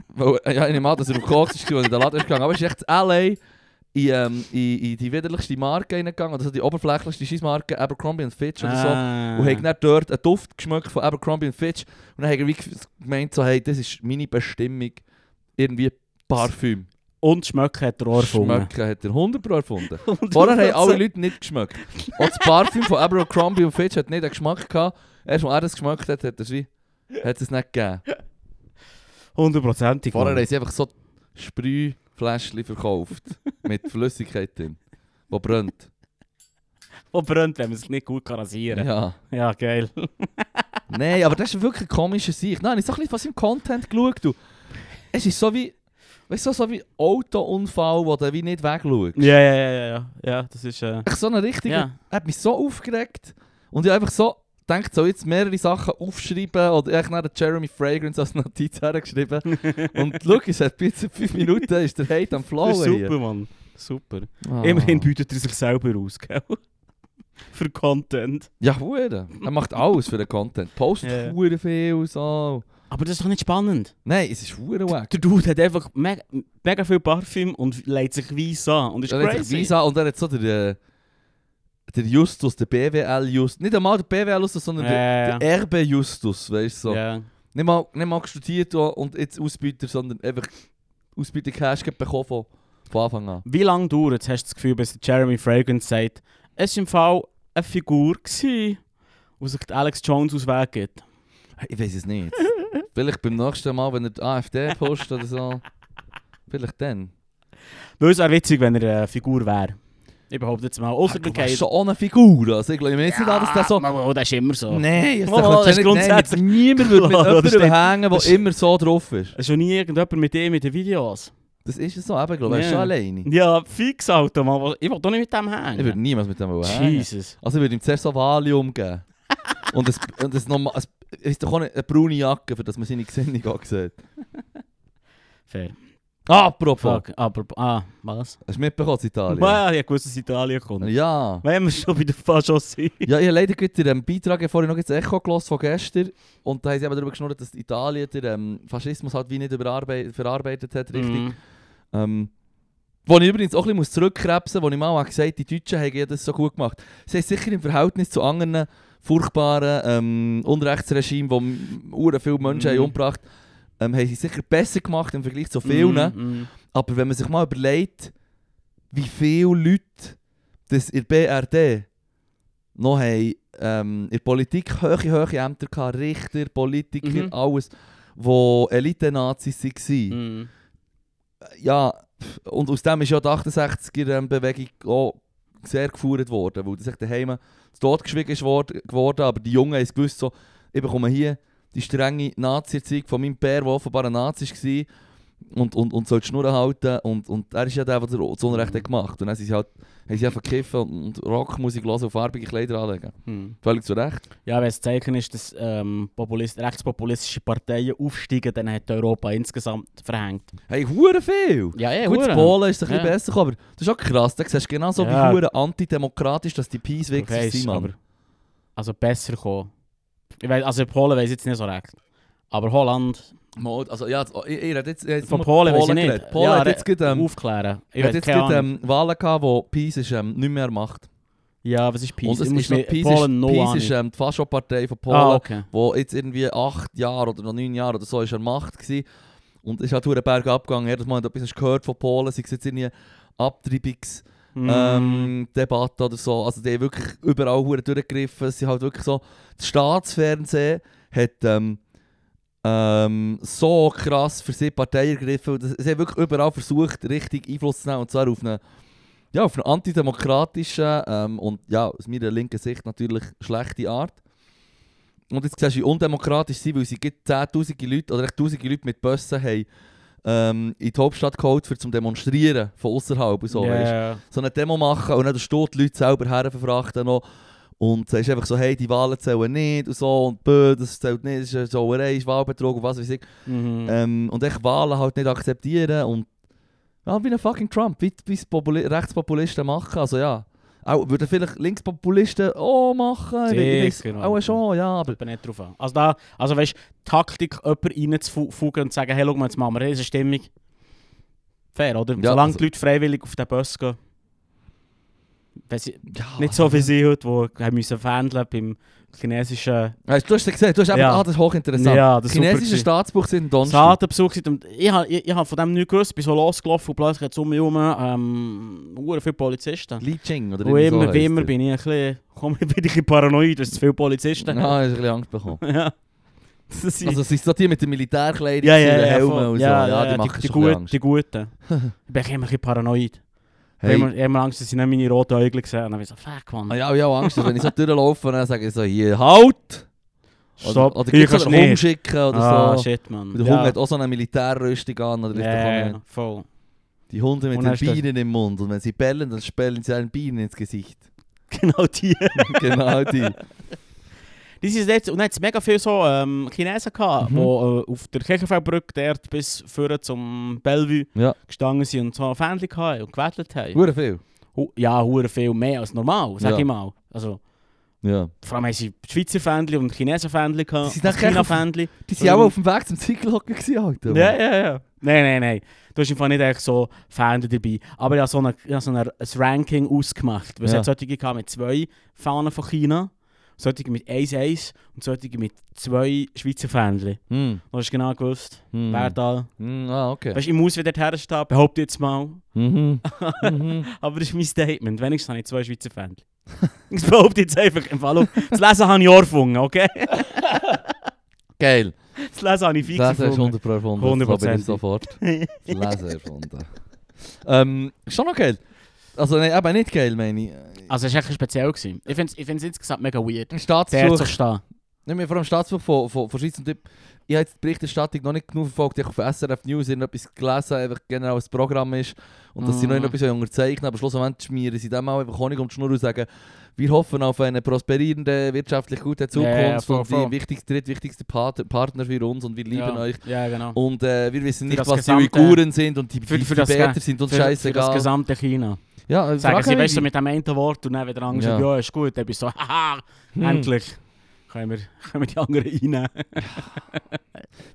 Speaker 1: Weil, eh, ja, ich nehme an, dass er auf Koks ist, als er in den Laden ist gegangen. Aber er ist echt in L.A. in, ähm, in, in die widerlichste Marke reingegangen. Also die oberflächlichste Scheissmarke, Abercrombie und Fitch oder so.
Speaker 2: Ah.
Speaker 1: Und haben dann dort einen Duft geschmeckt von Abercrombie und Fitch. Und dann haben wir gemeint, so, hey, das ist meine Bestimmung. Irgendwie Parfüm.
Speaker 2: Und Schmöcken hat er auch erfunden.
Speaker 1: Schmecken hat er 100 Pro erfunden. Vorher haben alle Leute nicht geschmeckt. Und das Parfüm von Abercrombie und Fitch hat nicht den Geschmack gehabt. Erst als er das geschmeckt hat, hat er es wie, hat es nicht gegeben.
Speaker 2: Hundertprozentig.
Speaker 1: Vorher
Speaker 2: Mann.
Speaker 1: haben sie einfach so Sprühfläschchen verkauft. mit Flüssigkeit drin. Die brennt.
Speaker 2: Und brennt, wenn man es nicht gut kann rasieren
Speaker 1: Ja.
Speaker 2: Ja, geil.
Speaker 1: Nein, aber das ist wirklich ein komischer Sieg. Nein, ich habe ein bisschen von seinem Content geschaut. Du. Es ist so wie, weißt du, so wie Autounfall, wo du wie nicht wegschaut.
Speaker 2: *laughs* Ja, ja, ja, ja, ja. Ja, das ist. Äh,
Speaker 1: Echt so eine richtige,
Speaker 2: ja.
Speaker 1: er hat mich so aufgeregt und ich habe einfach so denkt so jetzt mehrere Sachen aufschreiben oder ich habe dann den Jeremy Fragrance als Notiz
Speaker 2: *laughs*
Speaker 1: hergeschrieben und Lukas hat bis in fünf Minuten ist der Hate am
Speaker 2: Das ist
Speaker 1: Flowen hier.
Speaker 2: super, Mann. Super.
Speaker 1: Ah.
Speaker 2: Immerhin bietet er sich selber aus, gell? *laughs* Für Content.
Speaker 1: Ja, hure. Er macht alles für den Content. Postet
Speaker 2: Ja, ja.
Speaker 1: hure viel so.
Speaker 2: Aber das ist doch nicht spannend.
Speaker 1: Nein, es ist hure wack.
Speaker 2: Der Dude hat einfach mega, mega viel Parfüm und legt sich weiss an. Und ist
Speaker 1: Er hat sich
Speaker 2: crazy.
Speaker 1: Visa und er hat so der, äh, der Justus, der BWL Justus, nicht einmal der BWL Justus, sondern
Speaker 2: Ja,
Speaker 1: der,
Speaker 2: ja,
Speaker 1: der RB Justus, weißt du so.
Speaker 2: ja.
Speaker 1: Nicht, mal, nicht mal studiert und jetzt Ausbieter, sondern einfach Ausbieter Cash gerade bekommen von, von Anfang an.
Speaker 2: Wie lange dauert es, hast du das Gefühl, bis Jeremy Fragrance sagt, es war im Fall eine Figur, gewesen, die sich Alex Jones aus Weg gibt?
Speaker 1: Ich weiß es
Speaker 2: *laughs*
Speaker 1: nicht. vielleicht beim nächsten Mal, wenn er die AfD postet oder so. Vielleicht dann.
Speaker 2: Weil es wäre witzig, wenn er eine Figur wäre. Ich behaupte jetzt mal, außer der
Speaker 1: Ah, Du bist
Speaker 2: Kate.
Speaker 1: schon ohne Figur. Also ich glaube nicht, an, dass der so...
Speaker 2: Mal, oh, das ist immer so.
Speaker 1: Nein,
Speaker 2: Oh, das
Speaker 1: das
Speaker 2: ist
Speaker 1: ist grundsätzlich...
Speaker 2: grundsätzlich-
Speaker 1: Niemand
Speaker 2: *laughs*
Speaker 1: würde mit
Speaker 2: Klar, das
Speaker 1: jemandem
Speaker 2: stimmt.
Speaker 1: hängen,
Speaker 2: Das
Speaker 1: der
Speaker 2: ist-
Speaker 1: immer so drauf ist.
Speaker 2: Es ist schon nie irgendjemand mit ihm in den Videos.
Speaker 1: Das ist es so, eben, glaube ich. Er ist
Speaker 2: Ja.
Speaker 1: schon alleine.
Speaker 2: Ja, fix, Alter, Mann. Ich will doch nicht mit dem
Speaker 1: Ich würde
Speaker 2: hängen.
Speaker 1: niemals mit dem hängen.
Speaker 2: Jesus.
Speaker 1: Also ich würde ihm zuerst so Valium geben. und es und es nochmal... Es ist doch auch eine, eine braune Jacke, für dass man seine Gesinnung auch sieht.
Speaker 2: Fair.
Speaker 1: Apropos.
Speaker 2: Fuck, aber, ah, was?
Speaker 1: Hast du mitbekommen aus Italien?
Speaker 2: Ah, ich wusste, dass Italien kommt.
Speaker 1: Ja.
Speaker 2: Wenn wir schon bei der Faschos sind.
Speaker 1: Ja, ich habe leider gerade den Beitrag vorhin noch ins Echo gehört von gestern. Und da haben sie eben darüber geschnurrt, dass Italien den ähm, Faschismus halt wie nicht überarbeit- verarbeitet hat, richtig.
Speaker 2: Mhm.
Speaker 1: Ähm, wo ich übrigens auch ein bisschen zurückkrebsen muss, wo ich mal gesagt habe, die Deutschen haben ja das so gut gemacht. Sie haben sicher im Verhältnis zu anderen furchtbaren ähm, Unrechtsregimen, die m- ure viele Menschen
Speaker 2: Mhm.
Speaker 1: haben umgebracht haben, ähm, haben sie sicher besser gemacht im Vergleich zu vielen.
Speaker 2: Mhm.
Speaker 1: Aber wenn man sich mal überlegt, wie viele Leute das in der BRD noch haben, ähm, in der Politik hohe, hohe Ämter hatten, Richter, Politiker,
Speaker 2: Mhm.
Speaker 1: alles, wo Elite-Nazis waren.
Speaker 2: Mhm.
Speaker 1: Ja, pff, und aus dem ist ja die 68er-Bewegung auch sehr gefeuert worden, weil das echt daheim zu Tod geschwiegen ist wor- geworden, aber die Jungen haben es gewusst, so, ich bekomme hier die strenge Nazi-Erziehung von meinem Pär, der offenbar ein Nazi war und, und, und soll die Schnur halten. Und, und er ist ja der, der das Unrecht hat gemacht Und dann sind sie halt haben sie einfach gekiffen und, und Rockmusik hören und farbige Kleider anlegen.
Speaker 2: Hm.
Speaker 1: Völlig zu Recht.
Speaker 2: Ja, wenn es Zeichen ist, dass ähm, Populist, rechtspopulistische Parteien aufsteigen, dann hat Europa insgesamt verhängt.
Speaker 1: Hey, hure viel!
Speaker 2: Ja, ja,
Speaker 1: Gut, in
Speaker 2: Hure.
Speaker 1: Polen ist es ein bisschen
Speaker 2: Ja.
Speaker 1: besser gekommen, aber das ist auch krass. Da siehst du genauso
Speaker 2: Ja.
Speaker 1: wie hure antidemokratisch, dass die Peace-Wichser
Speaker 2: Okay,
Speaker 1: sind,
Speaker 2: ist
Speaker 1: Mann.
Speaker 2: aber also besser kommen. Ich weiss, also Polen weiß jetzt nicht so recht. Aber Holland,
Speaker 1: Mal, Also, ja, jetzt- ich, ich rede jetzt, ich rede jetzt
Speaker 2: von
Speaker 1: nur
Speaker 2: Polen, weiß ich nicht.
Speaker 1: geredet. Polen
Speaker 2: ja,
Speaker 1: hat
Speaker 2: re-
Speaker 1: jetzt gerade ähm,
Speaker 2: aufklären. Ich
Speaker 1: hat
Speaker 2: weiß
Speaker 1: jetzt
Speaker 2: keine
Speaker 1: gerade,
Speaker 2: Ahnung.
Speaker 1: ähm, Wahlen gehabt, wo Peace ist, ähm, nicht mehr macht.
Speaker 2: Ja, was ist Peace?
Speaker 1: Und es
Speaker 2: Ich muss
Speaker 1: ist noch,
Speaker 2: mir-
Speaker 1: Peace
Speaker 2: Polen
Speaker 1: ist,
Speaker 2: no
Speaker 1: Peace
Speaker 2: Ahnung.
Speaker 1: ist ähm, die Faschopartei von Polen.
Speaker 2: ah, okay.
Speaker 1: wo jetzt irgendwie acht Jahre oder noch neun Jahre oder so ist er Macht gsi und ist halt hure Berg abgegangen. Jedes Mal hat etwas gehört von Polen, sei es jetzt irgendwie Abtreibungsdebatte
Speaker 2: Hm.
Speaker 1: ähm, Debatte oder so. Also die haben wirklich überall hure durchgegriffen. Es sind halt wirklich so. Das Staatsfernsehen hat ähm, ähm, so krass für sie Parteien ergriffen. Und das- Sie haben wirklich überall versucht, richtig Einfluss zu nehmen und zwar auf eine ja, auf eine antidemokratische ähm, und ja, aus meiner linken Sicht natürlich schlechte Art. Und jetzt siehst du, wie undemokratisch sie sind, weil sie gerade zehntausende Leute oder echt tausende Leute mit Bössen haben ähm, in die Hauptstadt geholt, für zum Demonstrieren von außerhalb und so.
Speaker 2: Ja,
Speaker 1: weisst
Speaker 2: ja.
Speaker 1: so eine Demo machen und dann stehen die Leute selber her verfrachten noch. Und sagst einfach so, hey, die Wahlen zählen nicht und so und bö, das zählt nicht, das ist eine Sauerei, ist Wahlbetrug und was weiß ich.
Speaker 2: Mhm.
Speaker 1: Ähm, und echt Wahlen halt nicht akzeptieren und ja, wie ein fucking Trump, wie, wie es Populi Rechtspopulisten machen, also ja. Auch würden vielleicht Linkspopulisten auch machen, ich, we- ich weiss,
Speaker 2: Sicher,
Speaker 1: auch
Speaker 2: Alter.
Speaker 1: schon, ja, aber
Speaker 2: Aber nicht drauf an. Also, da, also weißt du, Taktik, jemanden reinzufugen und zu sagen, hey, schau mal, jetzt machen wir diese Stimmung. Fair, oder?
Speaker 1: Ja,
Speaker 2: Solange
Speaker 1: also-
Speaker 2: die Leute freiwillig auf den Bus gehen. Weiss ich,
Speaker 1: ja.
Speaker 2: nicht so wie sie heute, die haben müssen verhandeln beim chinesischen
Speaker 1: Weißt du, du hast es gesehen, du hast einfach,
Speaker 2: Ja.
Speaker 1: ah, das ist hochinteressant.
Speaker 2: Ja, das ist super
Speaker 1: Chinesische
Speaker 2: gewesen.
Speaker 1: Staatsbuch sind in Donnerstag.
Speaker 2: Satenbesuch. gewesen. Und Ich habe ich, ich hab von dem nichts gewusst, bin so losgelaufen und plötzlich hat es um mich herum ähm, verdammt viele Polizisten.
Speaker 1: Li Ching oder
Speaker 2: Und
Speaker 1: irgendwie so
Speaker 2: immer, wie
Speaker 1: heisst
Speaker 2: immer
Speaker 1: er.
Speaker 2: bin ich ein bisschen, komm, ich bin ein bisschen paranoid, dass es zu viele Polizisten
Speaker 1: Ah, ich hab ein bisschen Angst bekommen.
Speaker 2: *laughs* Ja. Das sind-
Speaker 1: Also sind so die mit der Militärkleidung,
Speaker 2: Ja, ja, ja,
Speaker 1: Helmen
Speaker 2: voll.
Speaker 1: und
Speaker 2: ja,
Speaker 1: so.
Speaker 2: ja,
Speaker 1: Ja,
Speaker 2: ja,
Speaker 1: die machen
Speaker 2: die,
Speaker 1: schon ein bisschen
Speaker 2: Gut-
Speaker 1: Angst.
Speaker 2: die
Speaker 1: *laughs*
Speaker 2: Guten. ich bin immer ein bisschen paranoid. Ich habe
Speaker 1: Hey.
Speaker 2: immer- ich habe immer Angst, dass ich nicht meine roten Augen sehe. Und dann bin ich so, fuck man,
Speaker 1: Ah, ja, ja, Angst, dass wenn ich so durchlaufe, dann sage ich so, hier, halt!
Speaker 2: stopp,
Speaker 1: oder
Speaker 2: hier
Speaker 1: gibt's
Speaker 2: kannst
Speaker 1: so
Speaker 2: du
Speaker 1: einen Hund
Speaker 2: nicht.
Speaker 1: schicken oder
Speaker 2: Ah,
Speaker 1: so.
Speaker 2: shit man.
Speaker 1: Der Hund hat auch so eine Militärrüstung an. Oder ist doch auch
Speaker 2: ja,
Speaker 1: nicht. *laughs*
Speaker 2: voll.
Speaker 1: Die Hunde mit
Speaker 2: Und
Speaker 1: den
Speaker 2: hast du-
Speaker 1: Bienen im Mund. Und wenn sie bellen, dann spellen sie einen Bienen ins Gesicht. *laughs*
Speaker 2: Genau die.
Speaker 1: genau die.
Speaker 2: Das ist jetzt, und dann hat es mega viele so ähm, Chinesen gehabt, die
Speaker 1: Mhm.
Speaker 2: äh, auf der Kirchenfeldbrücke dort bis vorne zum Bellevue
Speaker 1: Ja.
Speaker 2: gestanden sind und so ein Fähnchen hatten und gewettelt haben.
Speaker 1: Hure viel.
Speaker 2: Hu- Ja, hure viel mehr als normal, sag
Speaker 1: Ja.
Speaker 2: ich mal. Also,
Speaker 1: Ja.
Speaker 2: vor allem haben sie Schweizer Fähnchen und Chinesen Fähnchen gehabt,
Speaker 1: Sie sind echt auf-
Speaker 2: China-Fähnchen.
Speaker 1: Die sind auch auf dem Weg zum Ziegelhocken gewesen, Alter.
Speaker 2: Ja, ja, ja. Nein, nein, nein. Du hast im Fall nicht echt so Fähnchen dabei. Aber ich habe so, eine, ich habe so eine, ein Ranking ausgemacht. Weil es
Speaker 1: Ja.
Speaker 2: hat solche gehabt mit zwei Fahnen von China, solche mit 1-1 und solche mit zwei Schweizer Fähnchen.
Speaker 1: Hm,
Speaker 2: Du hast genau gewusst,
Speaker 1: hm,
Speaker 2: wer da...
Speaker 1: hm, Ah, okay.
Speaker 2: Weißt du, ich muss wieder herstehen, behaupte jetzt mal.
Speaker 1: Mhm. mhm.
Speaker 2: *laughs* Aber das ist mein Statement. Wenigstens habe ich zwei Schweizer *laughs* Fähnchen. Ich behaupte jetzt einfach im Fall. auf- Das Lesen habe ich auch gefunden, okay?
Speaker 1: Geil.
Speaker 2: Das Lesen habe ich fix
Speaker 1: Das hast du
Speaker 2: gefunden.
Speaker 1: 100 erfunden. Das glaube ich
Speaker 2: 100%.
Speaker 1: sofort.
Speaker 2: *laughs*
Speaker 1: Das Lesen erfunden. ähm, ist schon noch geil. Also nein, eben nicht geil, meine ich.
Speaker 2: Also, es war echt speziell. Gewesen. Ich finde es ich find's insgesamt mega weird.
Speaker 1: Ein
Speaker 2: Der
Speaker 1: Staatsbesuch.
Speaker 2: zu stehen.
Speaker 1: Nicht mehr vor allem Staatsbesuch von, von, von Schweiz und Tipp. Ich habe jetzt die Berichterstattung noch nicht genug verfolgt. Ich habe auf SRF News irgendetwas gelesen, einfach generell was das Programm ist. Und dass sie noch
Speaker 2: Mhm.
Speaker 1: irgendetwas unterzeichnen. Aber schlussendlich schmieren sie dem auch einfach Honig um die Schnur und sagen, wir hoffen auf eine prosperierende, wirtschaftlich gute Zukunft
Speaker 2: Ja, ja, voll,
Speaker 1: und
Speaker 2: voll.
Speaker 1: die wichtigste, drittwichtigste Part Partner für uns und wir lieben
Speaker 2: ja.
Speaker 1: euch.
Speaker 2: Ja, genau.
Speaker 1: Und äh, wir wissen
Speaker 2: Für
Speaker 1: nicht,
Speaker 2: das
Speaker 1: was die
Speaker 2: gesamte-
Speaker 1: Uiguren sind und die,
Speaker 2: Für-
Speaker 1: die
Speaker 2: für das
Speaker 1: Tibeter
Speaker 2: Ge-
Speaker 1: sind uns
Speaker 2: für, für das
Speaker 1: scheißegal.
Speaker 2: gesamte China.
Speaker 1: Ja, äh,
Speaker 2: Sagen
Speaker 1: frag
Speaker 2: sie,
Speaker 1: mich,
Speaker 2: weißt du,
Speaker 1: wie-
Speaker 2: mit dem einen Wort und dann wieder Angst.
Speaker 1: Ja.
Speaker 2: Ja, ja ist gut. Dann bist du so, *laughs* haha,
Speaker 1: Hm.
Speaker 2: endlich. Können wir, *laughs* können wir die anderen reinnehmen?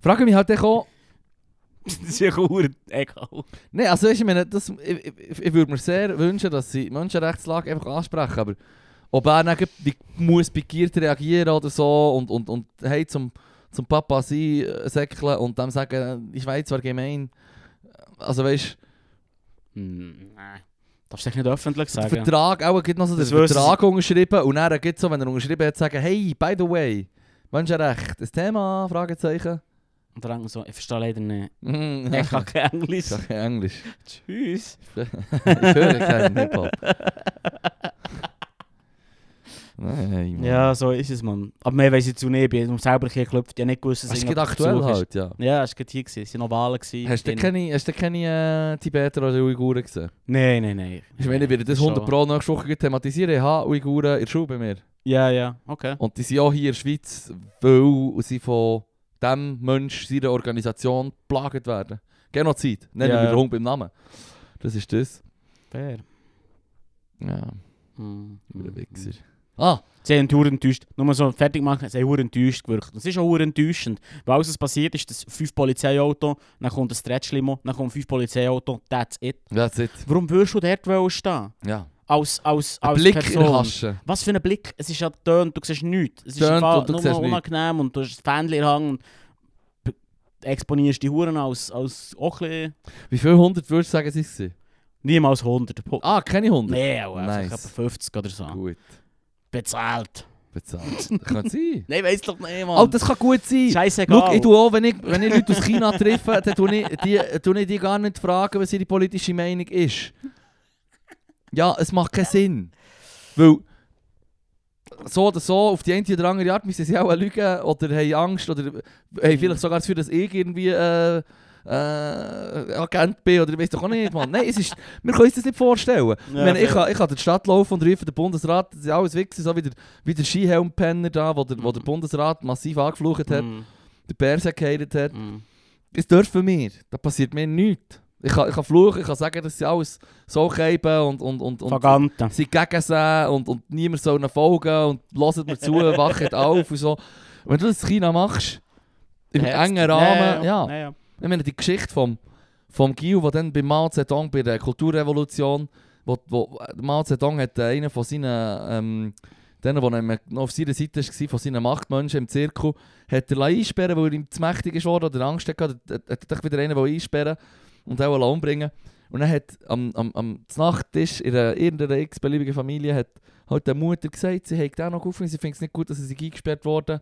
Speaker 1: frag mich halt auch,
Speaker 2: *laughs* das ist ja cool. Egal.
Speaker 1: Nein, also weißt, du, ich meine, das, ich, ich, ich würde mir sehr wünschen, dass sie die Menschenrechtslage einfach ansprechen, aber ob er dann gleich wie muss begiert reagieren oder so und, und, und hey, zum, zum Papa sein äh, säckeln und dem sagen, äh, ich weiß zwar gemein, also weißt
Speaker 2: Hm, nein. Darfst du dich nicht öffentlich
Speaker 1: du, der
Speaker 2: sagen?
Speaker 1: Vertrag, auch gibt noch so den
Speaker 2: Das wissen
Speaker 1: Vertrag unterschrieben und dann gibt es so, wenn er unterschrieben hat, sagen, hey, by the way, Menschenrecht, ein Thema, Fragezeichen.
Speaker 2: Und dann so, ich verstehe
Speaker 1: *laughs*
Speaker 2: leider nicht.
Speaker 1: Mm,
Speaker 2: Ich kann kein Englisch.
Speaker 1: Ich sag kein Englisch.
Speaker 2: Tschüss. *laughs*
Speaker 1: ich höre keinen Hip-Hop. Nein, Mann.
Speaker 2: Ja, so ist es, Mann. Aber mehr weiss ich zu nicht, ich bin um selber hier geklopft, ich habe nicht gewusst, dass
Speaker 1: Es gibt
Speaker 2: irgendjemand auf
Speaker 1: aktuell
Speaker 2: Besuch ist.
Speaker 1: halt, ja.
Speaker 2: Ja, es war hier, gewesen, es waren noch Wahlen. gewesen.
Speaker 1: Hast du
Speaker 2: In-
Speaker 1: keine, hast du keine äh, Tibeter oder Uiguren gesehen?
Speaker 2: Nein, nein, nein.
Speaker 1: Ich meine, wir werden das
Speaker 2: Schon.
Speaker 1: 100 Pro nächste Woche thematisieren. Ich habe Uiguren in der Schule bei mir.
Speaker 2: Ja, ja, okay.
Speaker 1: Und die sind auch hier in der Schweiz, weil sie von diesem Mensch, seiner Organisation geplagt werden. Genozid. Nennen
Speaker 2: Ja,
Speaker 1: wir
Speaker 2: ja.
Speaker 1: den Hund beim Namen. dus- Das ist das.
Speaker 2: Fair.
Speaker 1: Ja,
Speaker 2: Hm.
Speaker 1: über den Wichser. Ah,
Speaker 2: Sie haben verdammt enttäuscht. Nur so fertig machen, sie haben verdammt enttäuscht gewirkt. Und es ist auch verdammt enttäuschend. Weil alles, was passiert ist, dass fünf Polizeiauto, dann kommt ein Stretchlimo, dann kommen fünf Polizeiauto, that's it.
Speaker 1: that's it.
Speaker 2: Warum würdest du dort wollen stehen?
Speaker 1: Ja.
Speaker 2: Als, als,
Speaker 1: Ein
Speaker 2: als
Speaker 1: Blick in
Speaker 2: Person.
Speaker 1: die Hasche.
Speaker 2: Was für ein Blick. Es ist ja tönt, du siehst nichts. Es ist
Speaker 1: Tönt
Speaker 2: einfach
Speaker 1: und du
Speaker 2: nur
Speaker 1: siehst
Speaker 2: unangenehm und du hast ein Fähnchen in der Hand und b- exponierst die Huren als, als auch ein bisschen-
Speaker 1: Wie viele hundert würdest du sagen, sie waren?
Speaker 2: Niemals 100.
Speaker 1: Ah, keine hundert.
Speaker 2: Nein, also
Speaker 1: Nice.
Speaker 2: ich glaube 50 oder so.
Speaker 1: Gut,
Speaker 2: Bezahlt.
Speaker 1: bezahlt. kann sein.
Speaker 2: Nein, weiß doch nicht, Mann.
Speaker 1: Oh, das kann gut sein.
Speaker 2: Scheißegal.
Speaker 1: Schau, ich tue auch, wenn ich, wenn ich Leute aus dus China treffe, dann tue ich, die, tue ich die gar nicht fragen, was ihre politische Meinung ist. Ja, es macht keinen Sinn. Weil so oder so, auf die eine oder andere Art müssen sie auch lügen oder haben Angst oder haben vielleicht sogar dafür, dass ich irgendwie äh, äh, Agent bin oder ich weiß doch auch nicht, Mann. Nein, es ist, wir können uns das nicht vorstellen.
Speaker 2: Ja,
Speaker 1: ich, meine, ich,
Speaker 2: fair.
Speaker 1: kann, ich kann durch die Stadt laufen und rufe den Bundesrat, das ist alles Wichser, so wie der, wie der Skihelm-Penner da, wo der, wo der Bundesrat massiv angeflucht hat
Speaker 2: Mm,
Speaker 1: der Perser gehatet hat.
Speaker 2: mm.
Speaker 1: Das dürfen wir. Da passiert mir nichts. Ich kann, ich kann fluchen, ich kann sagen, dass sie alles so geben und, und, und, und
Speaker 2: Vagante.
Speaker 1: sie gegen sie und, und niemand soll ihnen folgen und lasst mir zu, wacht auf und so. Wenn du das in China machst, im
Speaker 2: Herz-
Speaker 1: engen Rahmen, ja.
Speaker 2: ja, ja.
Speaker 1: Ich meine, die Geschichte vom, vom Gil, der dann bei Mao Zedong, bei der Kulturrevolution, wo, wo Mao Zedong hat äh, einen von seinen, ähm, denen, der noch auf seiner Seite war, von seinen Machtmenschen im Zirkel, hat er lassen einsperren weil er ihm zu mächtig ist worden oder Angst hatte, hat, hat, hat er doch wieder einen wollen einsperren und auch wollen umbringen Und dann hat am, am, am Nachttisch in einer- irgendeiner x-beliebigen Familie hat halt der Mutter gesagt, sie hätte den noch gefunden, sie findet es nicht gut, dass er sich eingesperrt worden.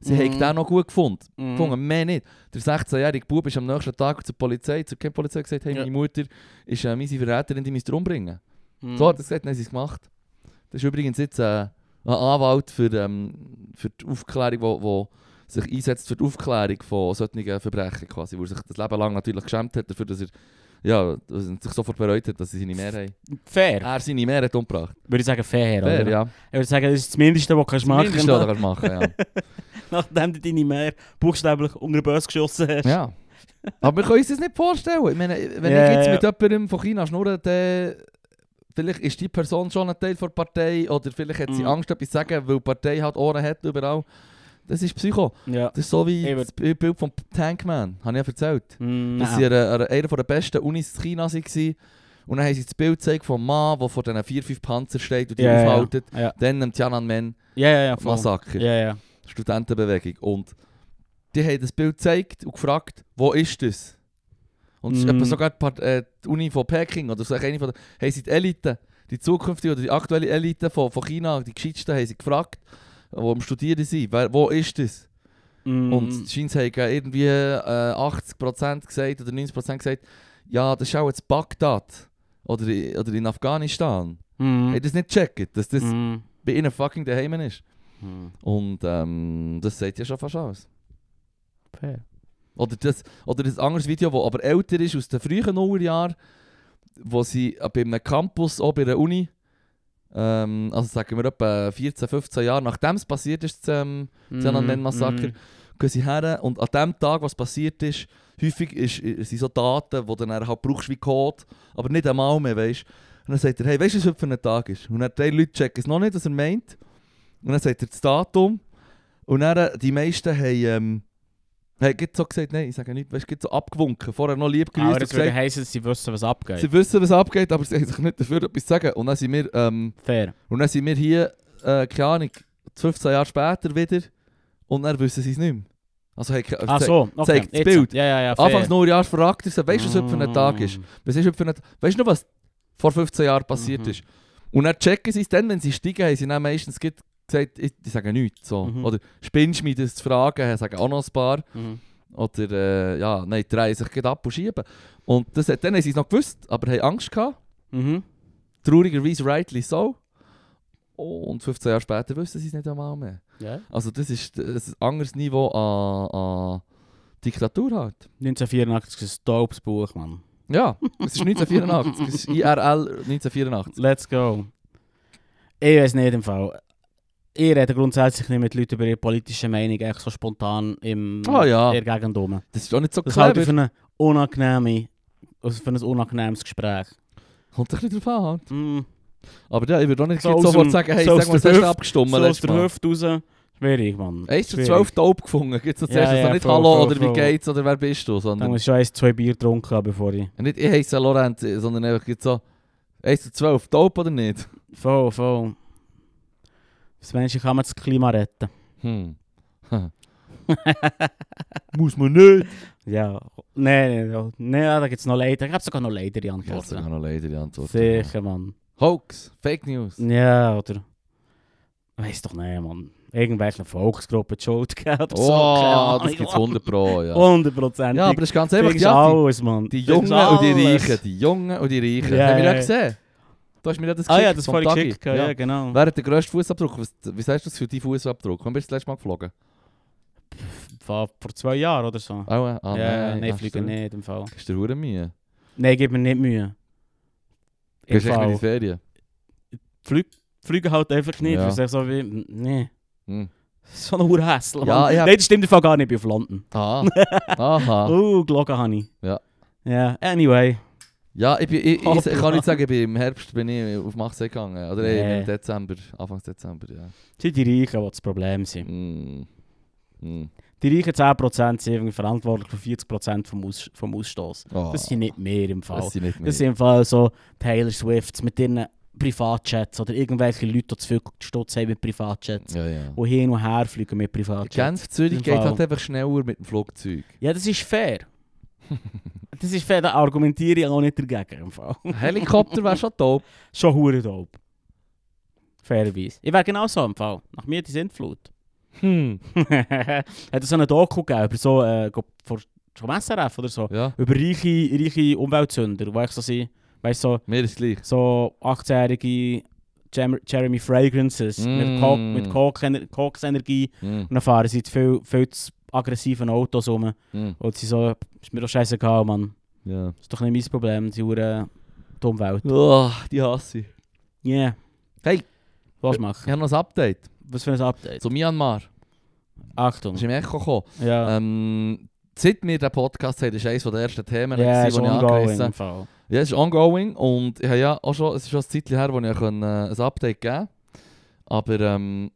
Speaker 1: Sie
Speaker 2: Mhm.
Speaker 1: hätte den noch gut gefunden.
Speaker 2: Mhm.
Speaker 1: Gefunden, mehr nicht. Der 16-jährige Bub ist am nächsten Tag zur Polizei, zur Polizei gesagt, hey,
Speaker 2: Ja.
Speaker 1: meine Mutter ist äh, meine Verräterin, die müsst ihr umbringen.
Speaker 2: Mhm.
Speaker 1: So hat er es gesagt, dann haben sie es gemacht. Das ist übrigens jetzt äh, ein Anwalt für, ähm, für die Aufklärung, wo, wo sich einsetzt für die Aufklärung von solchen Verbrechen quasi, wo er sich das Leben lang natürlich geschämt hat dafür, dass er ja, dass er sich sofort bereut hat, dass sie seine Mehr haben.
Speaker 2: Fair.
Speaker 1: Er seine Mehr hat umgebracht.
Speaker 2: Würde ich sagen, fair.
Speaker 1: Fair,
Speaker 2: oder?
Speaker 1: ja.
Speaker 2: Ich würde sagen, das ist das Mindeste, was du kannst machen
Speaker 1: Mindestens, was du machen ja.
Speaker 2: Nachdem du deine Mär buchstäblich unter den Böse geschossen hast.
Speaker 1: Ja. *laughs* Aber wir können uns das nicht vorstellen. Ich meine, wenn
Speaker 2: Ja,
Speaker 1: ich jetzt
Speaker 2: ja.
Speaker 1: mit jemandem von China schnurre, dann vielleicht ist die Person schon ein Teil der Partei oder vielleicht hat sie
Speaker 2: Mhm.
Speaker 1: Angst, etwas zu sagen, weil die Partei halt Ohren hat überall. Das ist Psycho.
Speaker 2: ja.
Speaker 1: Das ist so wie
Speaker 2: Ich würd-
Speaker 1: das Bi- Bild vom Tankman, habe ich ja erzählt.
Speaker 2: Mm,
Speaker 1: Dass sie
Speaker 2: nein.
Speaker 1: an einer, an einer der besten Unis in China waren. Und dann haben sie das Bild gezeigt vom Mann, der vor diesen vier, fünf Panzern steht und die
Speaker 2: Ja, ja,
Speaker 1: aufhaltet.
Speaker 2: Ja, ja,
Speaker 1: Dann am Tiananmen
Speaker 2: ja, ja, ja, voll.
Speaker 1: Massaker.
Speaker 2: ja, ja.
Speaker 1: Studentenbewegung. Und die haben das Bild gezeigt und gefragt, wo ist das? Und es ist
Speaker 2: Mm.
Speaker 1: etwa sogar die, Part- äh, die Uni von Peking oder so, eine von der, haben sie die Elite, die zukünftige oder die aktuelle Elite von, von China, die Geschichten, haben sie gefragt, die am Studieren sind, wer, wo ist das?
Speaker 2: Mm,
Speaker 1: Und scheint haben irgendwie äh, 80% gesagt oder 90% gesagt, ja, das ist auch jetzt Bagdad oder, in- oder in Afghanistan.
Speaker 2: mm,
Speaker 1: Haben das nicht gecheckt, dass das
Speaker 2: mm,
Speaker 1: bei ihnen fucking daheim ist.
Speaker 2: mm.
Speaker 1: Und ähm, das sagt ja schon fast alles.
Speaker 2: Fair.
Speaker 1: Oder das, oder das anderes Video, das aber älter ist, aus den frühen Nullerjahren, wo sie äh, bei einem Campus, auch bei der Uni, ähm, also sagen wir etwa 14, 15 Jahre, nachdem es passiert ist, das, ähm,
Speaker 2: Mm.
Speaker 1: Tiananmen-Massaker. gehen sie her und an dem Tag, was passiert ist, häufig ist, äh, sind so Daten, die du dann halt brauchst wie Code, aber nicht einmal mehr, weißt Und dann sagt er, hey, weißt du, was heute für ein Tag ist? Und dann drei Leute checken es noch nicht, was er meint. Und dann sagt er das Datum. Und dann, äh, die meisten haben, ähm, haben gleich so gesagt, nein, ich sage nicht, weißt du, gleich so abgewunken, vorher noch lieb
Speaker 2: Ah, Aber
Speaker 1: grüßt und
Speaker 2: das würde
Speaker 1: gesagt,
Speaker 2: heissen, dass sie wissen, was abgeht.
Speaker 1: sie wissen, was abgeht, aber sie haben sich nicht dafür etwas zu sagen. Und dann sind wir, ähm,
Speaker 2: Fair.
Speaker 1: und dann sind wir hier, äh, keine Ahnung, 15 Jahre später wieder und dann wissen sie es nicht mehr. Also, hey,
Speaker 2: Ach Ah, so, okay.
Speaker 1: zeigt das
Speaker 2: Jetzt-
Speaker 1: Bild.
Speaker 2: Ja, ja, ja, fair.
Speaker 1: Anfangs Nullerjahr fragt er sie, weißt du, was heute für ein Tag ist?
Speaker 2: Mm.
Speaker 1: Was ist heute für ein Weißt du noch, was vor 15 Jahren passiert
Speaker 2: Mhm.
Speaker 1: ist? Und dann checken sie es dann, wenn sie steigen, haben sie dann meistens ge- gesagt, ich, ich sage nichts. So.
Speaker 2: Mhm.
Speaker 1: Oder spinnst du mich, das zu fragen? Haben sagen auch noch ein paar.
Speaker 2: Mhm.
Speaker 1: Oder, äh, ja, nein, die drehen sich gerade ab und schieben. Und das, hat- dann haben sie es noch gewusst, aber haben Angst gehabt
Speaker 2: Mhm.
Speaker 1: traurigerweise rightly so. Und 15 Jahre später wissen sie es nicht einmal mehr.
Speaker 2: Ja.
Speaker 1: Also das ist das ist ein anderes Niveau an, an Diktatur halt.
Speaker 2: 1984 ist ein taubes Buch, Mann.
Speaker 1: Ja, es ist 1984. Es ist IRL 1984.
Speaker 2: Let's go. Ich weiß nicht im Fall. Ich rede grundsätzlich nicht mit Leuten über ihre politische Meinung, echt so spontan im
Speaker 1: Ah ja.
Speaker 2: der Gegend rum.
Speaker 1: Das ist auch nicht so
Speaker 2: Das halte
Speaker 1: clever.
Speaker 2: ich für, eine unangenehme, also für ein unangenehmes Gespräch.
Speaker 1: Kommt ein bisschen drauf an. halt.
Speaker 2: Mm.
Speaker 1: Aber Ah, ja, ich würde auch nicht
Speaker 2: So
Speaker 1: jetzt
Speaker 2: aus
Speaker 1: sofort
Speaker 2: dem-
Speaker 1: sagen, hey,
Speaker 2: so
Speaker 1: sag
Speaker 2: aus
Speaker 1: mal, was
Speaker 2: der
Speaker 1: hast du
Speaker 2: Hüfte-
Speaker 1: abgestimmt
Speaker 2: So aus
Speaker 1: letztes
Speaker 2: der
Speaker 1: Mal?
Speaker 2: Hüfte raus. Schwierig, Mann.
Speaker 1: Eins zu
Speaker 2: Schwierig.
Speaker 1: zwölf taub gefunden. Gibt es
Speaker 2: Ja,
Speaker 1: zuerst
Speaker 2: ja,
Speaker 1: nicht
Speaker 2: voll,
Speaker 1: Hallo
Speaker 2: voll,
Speaker 1: oder wie
Speaker 2: voll.
Speaker 1: geht's oder wer bist du,
Speaker 2: Da
Speaker 1: sondern
Speaker 2: muss ich schon eins, zwei Bier getrunken haben, bevor ich...
Speaker 1: nicht ich heiße Laurent, eh, sondern einfach jetzt so 1 zu 12, taub oder nicht?
Speaker 2: Voll, voll. Das Menschen kann man das Klima retten.
Speaker 1: Hm.
Speaker 2: *laughs*
Speaker 1: Muss man nicht.
Speaker 2: Ja. Nein, nein, nein, da gibt es noch Leider. Ich habe sogar noch Leider die
Speaker 1: Ich habe sogar
Speaker 2: Antworten.
Speaker 1: noch leider die Antwort.
Speaker 2: Sicher, Mann.
Speaker 1: Hoax, Fake News.
Speaker 2: Ja, oder... Weiß doch nicht, Mann. Irgendwelche Volksgruppe *laughs* die Schuld gegeben oder so. keine
Speaker 1: Oh,
Speaker 2: Ahnung,
Speaker 1: das gibt's
Speaker 2: Mann.
Speaker 1: 100 Pro,
Speaker 2: Oh,
Speaker 1: ja.
Speaker 2: 100%.
Speaker 1: Ja, aber das ist ganz
Speaker 2: das
Speaker 1: einfach.
Speaker 2: ist
Speaker 1: Ja,
Speaker 2: alles, Mann.
Speaker 1: die, die
Speaker 2: Das ist
Speaker 1: Jungen und die
Speaker 2: alles.
Speaker 1: Reichen. Die Jungen und die Reichen.
Speaker 2: Ja,
Speaker 1: Haben wir
Speaker 2: ja,
Speaker 1: ja
Speaker 2: ja.
Speaker 1: gesehen. Du hast mir ja das
Speaker 2: Ah ja,
Speaker 1: geschickt
Speaker 2: das
Speaker 1: vom
Speaker 2: vorhin
Speaker 1: Tagi.
Speaker 2: geschickt. Ja, ja, genau.
Speaker 1: Wer hat den grössten Fußabdruck? Was, wie sagst du das für deinen Fußabdruck? Wann bist du das letzte Mal geflogen?
Speaker 2: Vor vor zwei Jahren oder so.
Speaker 1: Oh, ah,
Speaker 2: ja, nein,
Speaker 1: das
Speaker 2: fliege
Speaker 1: stimmt.
Speaker 2: nicht im Fall.
Speaker 1: Ist der Hure Mühe?
Speaker 2: Nein, gib mir nicht Mühe. Im
Speaker 1: Gehst du echt nicht in die
Speaker 2: Fall.
Speaker 1: Ferien?
Speaker 2: Flieg, fliegen halt einfach nicht,
Speaker 1: Ja.
Speaker 2: weil ich so wie, nee. *laughs*
Speaker 1: Hm.
Speaker 2: So eine Urhässler,
Speaker 1: Ja, ich hab-
Speaker 2: Nein, das stimmt im Fall gar nicht, ich bin auf London.
Speaker 1: Ah,
Speaker 2: *laughs*
Speaker 1: aha.
Speaker 2: Oh, gelogen habe ich.
Speaker 1: Ja.
Speaker 2: Ja, anyway.
Speaker 1: Ja, ich, bin, ich, ich, ich
Speaker 2: Hoppla.
Speaker 1: kann nicht sagen, ich bin im Herbst bin ich auf Machsee gegangen. Oder
Speaker 2: Nee.
Speaker 1: im Dezember, Anfang Dezember, ja.
Speaker 2: Es sind die Reichen, die das Problem sind.
Speaker 1: Hm. Hm.
Speaker 2: Die reichen 10% sind irgendwie verantwortlich für 40% vom, Aus vom Ausstoß.
Speaker 1: Oh,
Speaker 2: Das sind nicht mehr im Fall.
Speaker 1: das
Speaker 2: Das,
Speaker 1: sind nicht mehr.
Speaker 2: sind im Fall so Taylor Swifts mit ihren Privatjets oder irgendwelche Leute, die zu viel Stutz haben mit Privatjets.
Speaker 1: ja, ja.
Speaker 2: Die hin und her fliegen mit Privatjets.
Speaker 1: Genf Zürich
Speaker 2: Im
Speaker 1: geht
Speaker 2: Fall.
Speaker 1: halt einfach schneller mit dem Flugzeug.
Speaker 2: Ja, das ist fair.
Speaker 1: *laughs*
Speaker 2: das ist fair, da argumentiere ich auch nicht dagegen im Fall. *laughs*
Speaker 1: Ein Helikopter wäre schon top.
Speaker 2: Schon hure dope. Fairerweise. Ich wäre genau so im Fall. Nach mir die Sintflut. *laughs*
Speaker 1: Hm.
Speaker 2: Hat es so eine Doku gegeben, über so, äh, glaub, vor, vom SRF oder so,
Speaker 1: Ja,
Speaker 2: über reiche, reiche Umweltsünder, die echt so sind, weißt du,
Speaker 1: mir ist gleich.
Speaker 2: so, so 18-jährige Jem- Jeremy Fragrances
Speaker 1: Mm.
Speaker 2: mit, Coke, mit Coke, Koksenergie
Speaker 1: Hm.
Speaker 2: und dann fahren sie zu viel, viel zu aggressiven Autos rum
Speaker 1: Hm.
Speaker 2: und sie so, ist mir doch scheißegal, Mann.
Speaker 1: Ja.
Speaker 2: ist doch nicht mein Problem, die Hure, die Umwelt.
Speaker 1: Oh, die hasse ich.
Speaker 2: Yeah.
Speaker 1: Hey.
Speaker 2: Was
Speaker 1: Ich
Speaker 2: machen?
Speaker 1: habe noch ein Update
Speaker 2: Was für ein Update?
Speaker 1: zu Myanmar.
Speaker 2: Achtung.
Speaker 1: Das ist im Echo gekommen.
Speaker 2: Ja.
Speaker 1: Ähm, seit wir den Podcast haben, das war eines der ersten Themen,
Speaker 2: ja,
Speaker 1: die
Speaker 2: ist
Speaker 1: ich
Speaker 2: ongoing
Speaker 1: angerissen
Speaker 2: im
Speaker 1: habe.
Speaker 2: Fall.
Speaker 1: Ja, es ist ongoing und ich habe ja auch schon, es ist schon ein Zeitchen her, wo ich auch ein, äh, ein Update geben konnte. Aber ähm,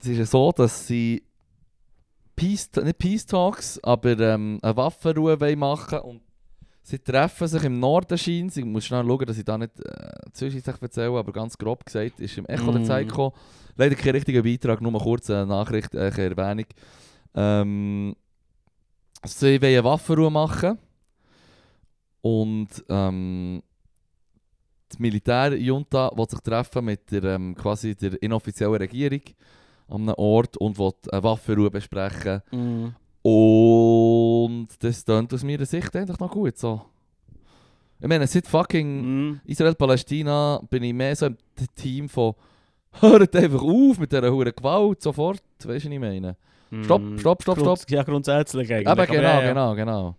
Speaker 1: es ist ja so, dass sie Peace, nicht Peace Talks, aber ähm, eine Waffenruhe wollen machen und sie treffen sich im Norden scheint. Ich muss schnell schauen, dass ich da nicht äh, zwischenzeitlich erzähle, aber ganz grob gesagt, ist im Echo der
Speaker 2: Mm.
Speaker 1: Zeit gekommen. Leider kein richtiger Beitrag, nur mal kurz eine Nachricht, äh, eine Erwähnung. Ähm, sie wollen eine Waffenruhe machen. Und ähm, die Militärjunta will sich treffen mit der, ähm, quasi der inoffiziellen Regierung an einem Ort und will eine Waffenruhe besprechen.
Speaker 2: Mhm.
Speaker 1: Mm. Und das klingt aus meiner Sicht eigentlich noch gut. So. Ich meine, seit fucking
Speaker 2: Mhm.
Speaker 1: Israel-Palästina bin ich mehr so im T- Team von «Hört einfach auf mit dieser hohen Gewalt, sofort!» Weißt du, was ich meine? Stopp,
Speaker 2: Mhm.
Speaker 1: stopp, stopp,
Speaker 2: Grund-
Speaker 1: stopp.
Speaker 2: Mm. Ja, grundsätzlich eigentlich.
Speaker 1: Eben,
Speaker 2: aber
Speaker 1: genau,
Speaker 2: ja, ja.
Speaker 1: genau, genau.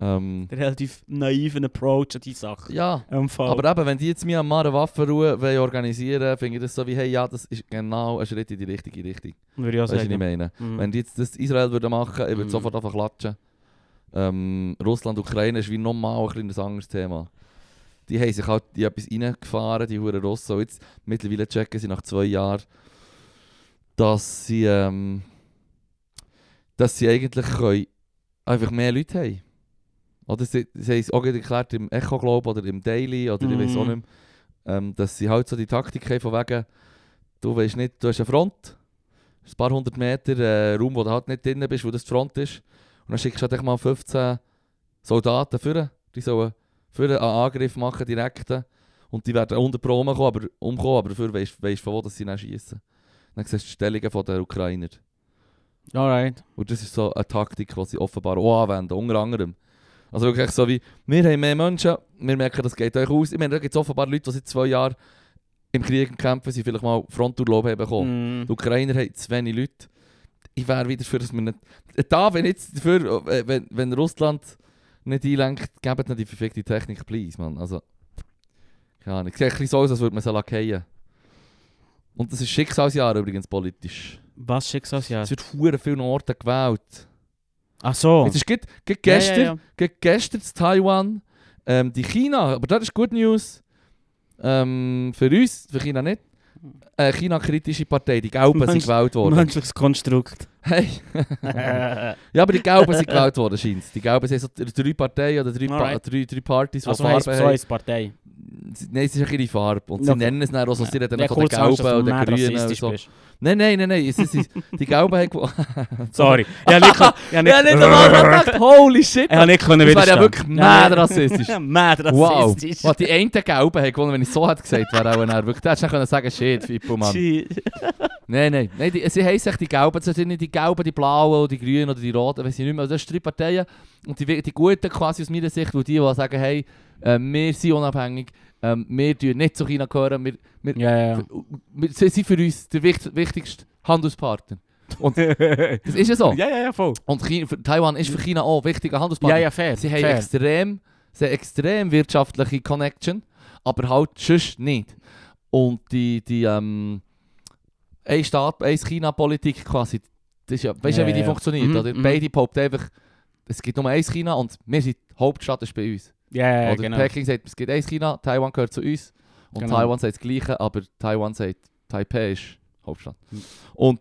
Speaker 1: Ähm,
Speaker 2: Der relativ naiven Approach an die Sache.
Speaker 1: ja,
Speaker 2: Im Fall.
Speaker 1: Aber eben, wenn die jetzt Myanmar eine Waffenruhe wollen organisieren wollen, finde ich das so wie, hey, ja, das ist genau ein Schritt in die richtige Richtung.
Speaker 2: würde ich auch
Speaker 1: Weißt du, was ich
Speaker 2: sagen.
Speaker 1: meine?
Speaker 2: Mhm.
Speaker 1: Wenn die jetzt das Israel würde machen, ich würde
Speaker 2: Mhm.
Speaker 1: sofort einfach klatschen. Ähm, Russland, Ukraine ist wie normal ein kleines anderes Thema. Die haben sich halt in etwas reingefahren, die Huren Russen. Und jetzt mittlerweile checken sie nach zwei Jahren, dass sie, ähm, dass sie eigentlich können, einfach mehr Leute haben. Oder sie, sie haben es auch gerade erklärt im Echo Globe oder im Daily oder ich weiß auch
Speaker 2: Mhm.
Speaker 1: nicht mehr, ähm, dass sie halt so die Taktik haben von wegen, du weißt nicht, du hast eine Front, ein paar hundert Meter äh, Raum, wo du halt nicht drin bist, wo das die Front ist. Und dann schickst du halt echt mal 15 Soldaten führen, die sollen für einen Angriff machen, direkten. Und die werden unter Pro umkommen, aber, umkommen, aber dafür weisst weisst von wo dass sie dann schießen. Dann siehst du die Stellungen von der Ukrainer.
Speaker 2: Alright.
Speaker 1: Und das ist so eine Taktik, die sie offenbar auch anwenden, unter anderem. Also wirklich so wie, wir haben mehr Menschen, wir merken, das geht euch aus. Ich meine, da gibt es offenbar Leute, die seit zwei Jahren im Krieg kämpfen, sie vielleicht mal Fronturlaub haben bekommen.
Speaker 2: Mm.
Speaker 1: Die Ukrainer haben zu wenig Leute. Ich wäre wieder für, dass wir nicht... Da, wenn jetzt dafür, äh, wenn, wenn Russland nicht einlenkt, gebt nicht die perfekte Technik, please, man. Also, keine Ahnung. Es sieht ein bisschen so aus, als würde man sie lackieren. Und das ist Schicksalsjahr übrigens politisch.
Speaker 2: Was Schicksalsjahr?
Speaker 1: Es wird hure vielen Orten gewählt.
Speaker 2: Ach so.
Speaker 1: Jetzt ist gerade gerade
Speaker 2: Ah, Ja, ja,
Speaker 1: gestern,
Speaker 2: ja.
Speaker 1: gerade gestern in Taiwan, ähm, die China, aber das ist Good News. Ähm, für uns, für China nicht. Äh, China-kritische Partei, die Gelben sind
Speaker 2: Mensch-
Speaker 1: gewählt worden. *laughs*
Speaker 2: Menschliches Konstrukt.
Speaker 1: Hey.
Speaker 2: *laughs* also
Speaker 1: Ja, aber die Gelben sind gewählt worden, scheint Die Gelben sind so d- drei Parteien oder drei, pa
Speaker 2: Alright.
Speaker 1: drei, drei Partys, die
Speaker 2: heisst,
Speaker 1: Farbe
Speaker 2: so
Speaker 1: haben.
Speaker 2: heisst Partei.
Speaker 1: Sie- Nein, es ist eine Farbe. Und sie
Speaker 2: Okay.
Speaker 1: nennen es dann auch so, sie reden dann von den
Speaker 2: kurz Angst, dass
Speaker 1: Gelben
Speaker 2: du
Speaker 1: und den
Speaker 2: mad
Speaker 1: Grünen und *laughs*
Speaker 2: rassistisch
Speaker 1: so.
Speaker 2: bist.
Speaker 1: Nein, nein, nein, nein. Es ist, es- die Gelben haben
Speaker 2: *laughs*
Speaker 1: gewonnen.
Speaker 2: Sorry. Ich habe nicht, ich hab
Speaker 1: Ich habe nicht einmal dran *laughs*
Speaker 2: *laughs*
Speaker 1: gedacht, holy shit.
Speaker 2: ich hab nicht können
Speaker 1: Das wäre ja wirklich
Speaker 2: widerstehen.
Speaker 1: mad
Speaker 2: *laughs*
Speaker 1: rassistisch.
Speaker 2: mad
Speaker 1: Wow,
Speaker 2: rassistisch.
Speaker 1: was die einen Gelben haben gewonnen, wenn ich so hätte gesagt, wäre auch ein wirklich. Da hättest du nicht können sagen, shit, Fippo, Mann.
Speaker 2: Gee.
Speaker 1: Nein, nein. nein die, sie heissen echt die Gelben. Das sind nicht die Gelben, die Blauen oder die Grünen oder die Roten. Weiß ich nicht mehr. Also das sind drei Parteien. Und die, die Guten quasi aus meiner Sicht, wo die, die sagen, hey, äh, wir sind unabhängig, ähm, wir gehören nicht zu China, gehören, wir, wir,
Speaker 2: Ja, ja.
Speaker 1: wir, sie sind für uns der wicht, wichtigste Handelspartner.
Speaker 2: *laughs* ja,
Speaker 1: Das ist ja so.
Speaker 2: ja, ja, voll.
Speaker 1: Und China, für Taiwan ist für China auch ein wichtiger Handelspartner.
Speaker 2: Ja, ja, fair.
Speaker 1: Sie haben
Speaker 2: fair.
Speaker 1: extrem, sie haben extrem wirtschaftliche Connection, aber halt sonst nicht. Und die, die ähm, ein Staat, ein China-Politik quasi, das ist ja, weißt du ja,
Speaker 2: Ja,
Speaker 1: wie die
Speaker 2: ja.
Speaker 1: funktioniert,
Speaker 2: Mhm,
Speaker 1: oder?
Speaker 2: mhm.
Speaker 1: Beide behaupten einfach, es gibt nur ein China und wir sind, die Hauptstadt ist bei uns.
Speaker 2: Ja, ja, ja,
Speaker 1: oder
Speaker 2: genau.
Speaker 1: Peking sagt, es gibt ein China, Taiwan gehört zu uns. Und
Speaker 2: Genau.
Speaker 1: Taiwan sagt das Gleiche, aber Taiwan sagt, Taipei ist Hauptstadt. Und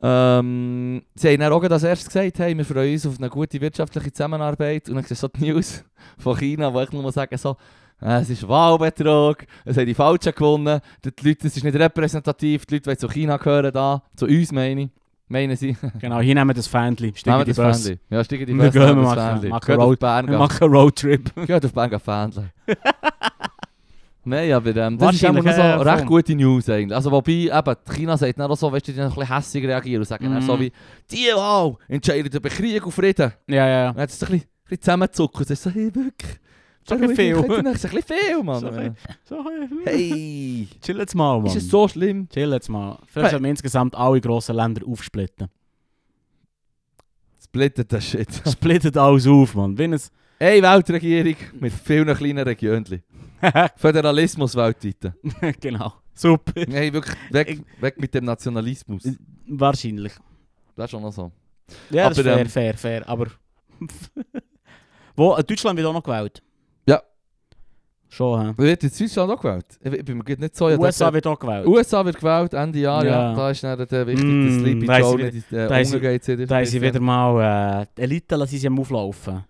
Speaker 1: ähm, sie haben dann auch gerade als erstes gesagt, hey, wir freuen uns auf eine gute wirtschaftliche Zusammenarbeit. Und dann siehst du so die News von China, wo ich nur mal sagen so, äh, es ist Wahlbetrug, es haben die Falschen gewonnen, die die Leute, es ist nicht repräsentativ, die Leute wollen zu China gehören, da, zu uns meine ich. Meinen sie?
Speaker 2: Genau, hier nehmen wir das Fähnchen. Steigen
Speaker 1: Nehmen
Speaker 2: die
Speaker 1: das
Speaker 2: Bus.
Speaker 1: Fähnchen. Ja, steigen die
Speaker 2: Wir
Speaker 1: Bus,
Speaker 2: gehen, wir
Speaker 1: nehmen das
Speaker 2: machen-
Speaker 1: Fähnchen.
Speaker 2: machen
Speaker 1: Geht auf
Speaker 2: Road-
Speaker 1: Bern,
Speaker 2: Wir
Speaker 1: geht
Speaker 2: machen einen Roadtrip.
Speaker 1: Geht auf Bang Fähnchen. Nein, aber ähm, das ist immer
Speaker 2: Wahrscheinlich,
Speaker 1: noch so
Speaker 2: äh, voll.
Speaker 1: recht gute News eigentlich. Also wobei eben, die China sagt dann auch so, weißt du, die dann ein bisschen hässig reagieren und sagen dann
Speaker 2: Mhm.
Speaker 1: so wie «Die Wahl entscheidet über Krieg und Frieden!»
Speaker 2: Ja, ja,
Speaker 1: Und dann hat es ein bisschen, ein bisschen zusammengezuckt und sagt so «Hey, wirklich?»
Speaker 2: So ein bisschen viel.
Speaker 1: Das ist ein bisschen viel, Mann.
Speaker 2: So ein ja.
Speaker 1: hey!
Speaker 2: Chill jetzt mal, Mann.
Speaker 1: Ist es so schlimm?
Speaker 2: Chill jetzt mal.
Speaker 1: Hey.
Speaker 2: Vielleicht sollten wir insgesamt alle grossen Länder aufsplitten. *laughs*
Speaker 1: Splittet das Shit.
Speaker 2: Splittet alles auf, Mann. Wenn es... *laughs*
Speaker 1: Eine Weltregierung mit vielen kleinen Regionen. Föderalismus weltweit.
Speaker 2: genau. Super.
Speaker 1: Nein, wirklich, weg, weg mit dem Nationalismus.
Speaker 2: Wahrscheinlich.
Speaker 1: Das ist schon noch so.
Speaker 2: Ja, das ist
Speaker 1: Aber,
Speaker 2: fair,
Speaker 1: ähm,
Speaker 2: fair, fair. Aber... *laughs* Wo? äh, Deutschland wird auch noch gewählt.
Speaker 1: Ja.
Speaker 2: Schon, hä?
Speaker 1: Wird jetzt Deutschland auch gewählt? Ich ich bin mir gerade nicht so... ja, das- Uh,
Speaker 2: USA wird auch gewählt.
Speaker 1: USA wird gewählt, Ende Jahr, ja.
Speaker 2: Ja.
Speaker 1: Da ist dann der wichtig,
Speaker 2: Mm,
Speaker 1: dass Sleepy
Speaker 2: da ist
Speaker 1: Joe
Speaker 2: sie wi-
Speaker 1: nicht äh,
Speaker 2: da ist sie-
Speaker 1: umgeht. sie-
Speaker 2: Da haben sie wieder mal äh, die Elite lassen sie am Auflaufen.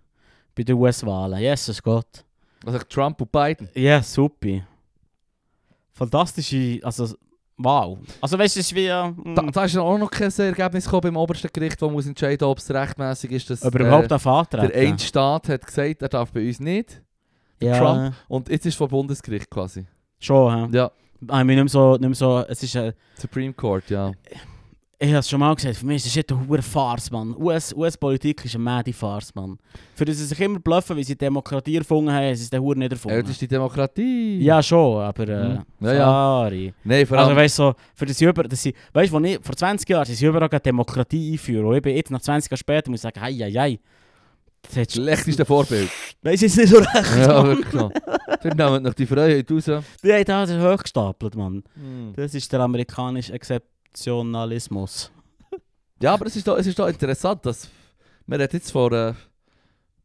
Speaker 2: Bei den US-Wahlen. Jesus Gott.
Speaker 1: Also Trump und Biden.
Speaker 2: Ja, super. Fantastische, also wow. Also weißt du, es ist wie... Äh, mm,
Speaker 1: Da, da ist auch noch kein Ergebnis gekommen beim obersten Gericht, wo muss entscheiden, ob es rechtmäßig ist, dass
Speaker 2: ob er überhaupt
Speaker 1: äh,
Speaker 2: auf antreten
Speaker 1: der eine Staat hat gesagt, er darf bei uns nicht.
Speaker 2: ja,
Speaker 1: Trump. Und jetzt ist es vor Bundesgericht quasi.
Speaker 2: Schon, hä?
Speaker 1: Ja,
Speaker 2: Ich meine, nicht mehr so, nicht mehr so... Es ist... Äh,
Speaker 1: Supreme Court, ja.
Speaker 2: Eh, ich hab's schon mal gesagt, für mich ist das shit eine hohe Farce, Mann. US US-Politik ist eine mad Farce, Mann. Für das sie sich immer bluffen, wie sie die Demokratie erfunden haben, haben sie es dann verdammt nicht
Speaker 1: Äh,
Speaker 2: erfunden.
Speaker 1: das ist die Demokratie.
Speaker 2: ja, schon, aber... Äh,
Speaker 1: Mhm. Ja, ja.
Speaker 2: Sorry.
Speaker 1: Nein, vor
Speaker 2: Also
Speaker 1: allem...
Speaker 2: weißt du, so, für das sie über, dass sie, weißt du, wo ich, vor 20 Jahren, dass sie überall gerade Demokratie einführen. Und ich bin jetzt nach 20 Jahren später, muss ich sagen, hei, hei, hei. Das hättest du-
Speaker 1: Schlechteste
Speaker 2: *laughs*
Speaker 1: Vorbild.
Speaker 2: Weißt du, jetzt nicht so recht.
Speaker 1: *laughs* ja, wirklich. so. Dort nehmen noch die Freiheit raus.
Speaker 2: Die haben das hochgestapelt, Mann.
Speaker 1: Hm.
Speaker 2: Das ist der amerikanische Exzeptionalismus.
Speaker 1: Ja, aber es ist doch, es ist doch interessant, dass man hat jetzt vor äh,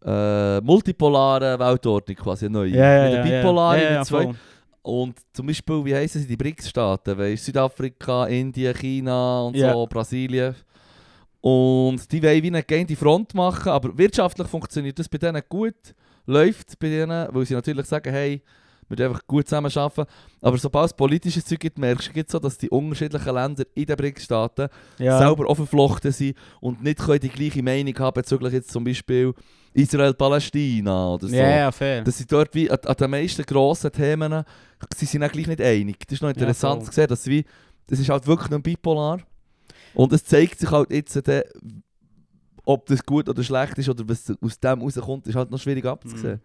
Speaker 1: äh, multipolaren Weltordnung quasi neu. mit der bipolaren
Speaker 2: ja, ja,
Speaker 1: mit zwei.
Speaker 2: voll.
Speaker 1: Und zum Beispiel, wie heißen sie die BRICS-Staaten? Weißt, Südafrika, Indien, China und so,
Speaker 2: Ja.
Speaker 1: Brasilien. Und die wollen wie eine geeinte Front machen, aber wirtschaftlich funktioniert das bei denen gut, läuft bei denen, weil sie natürlich sagen, hey, wir dürfen einfach gut zusammen arbeiten. Aber sobald es politisches Zeug gibt, merkst du gibt's so, dass die unterschiedlichen Länder in den BRICS-Staaten
Speaker 2: Ja.
Speaker 1: selber auch verflochten sind und nicht können die gleiche Meinung haben bezüglich jetzt zum Beispiel Israel-Palästina oder so.
Speaker 2: Ja, ja, fair.
Speaker 1: Dass sie dort wie an, an den meisten grossen Themen, sie sind auch gleich nicht einig. Das ist noch interessant
Speaker 2: voll.
Speaker 1: zu sehen, dass sie wie, das ist halt wirklich nicht bipolar. Und es zeigt sich halt jetzt, dann, ob das gut oder schlecht ist oder was aus dem rauskommt, ist halt noch schwierig abzusehen.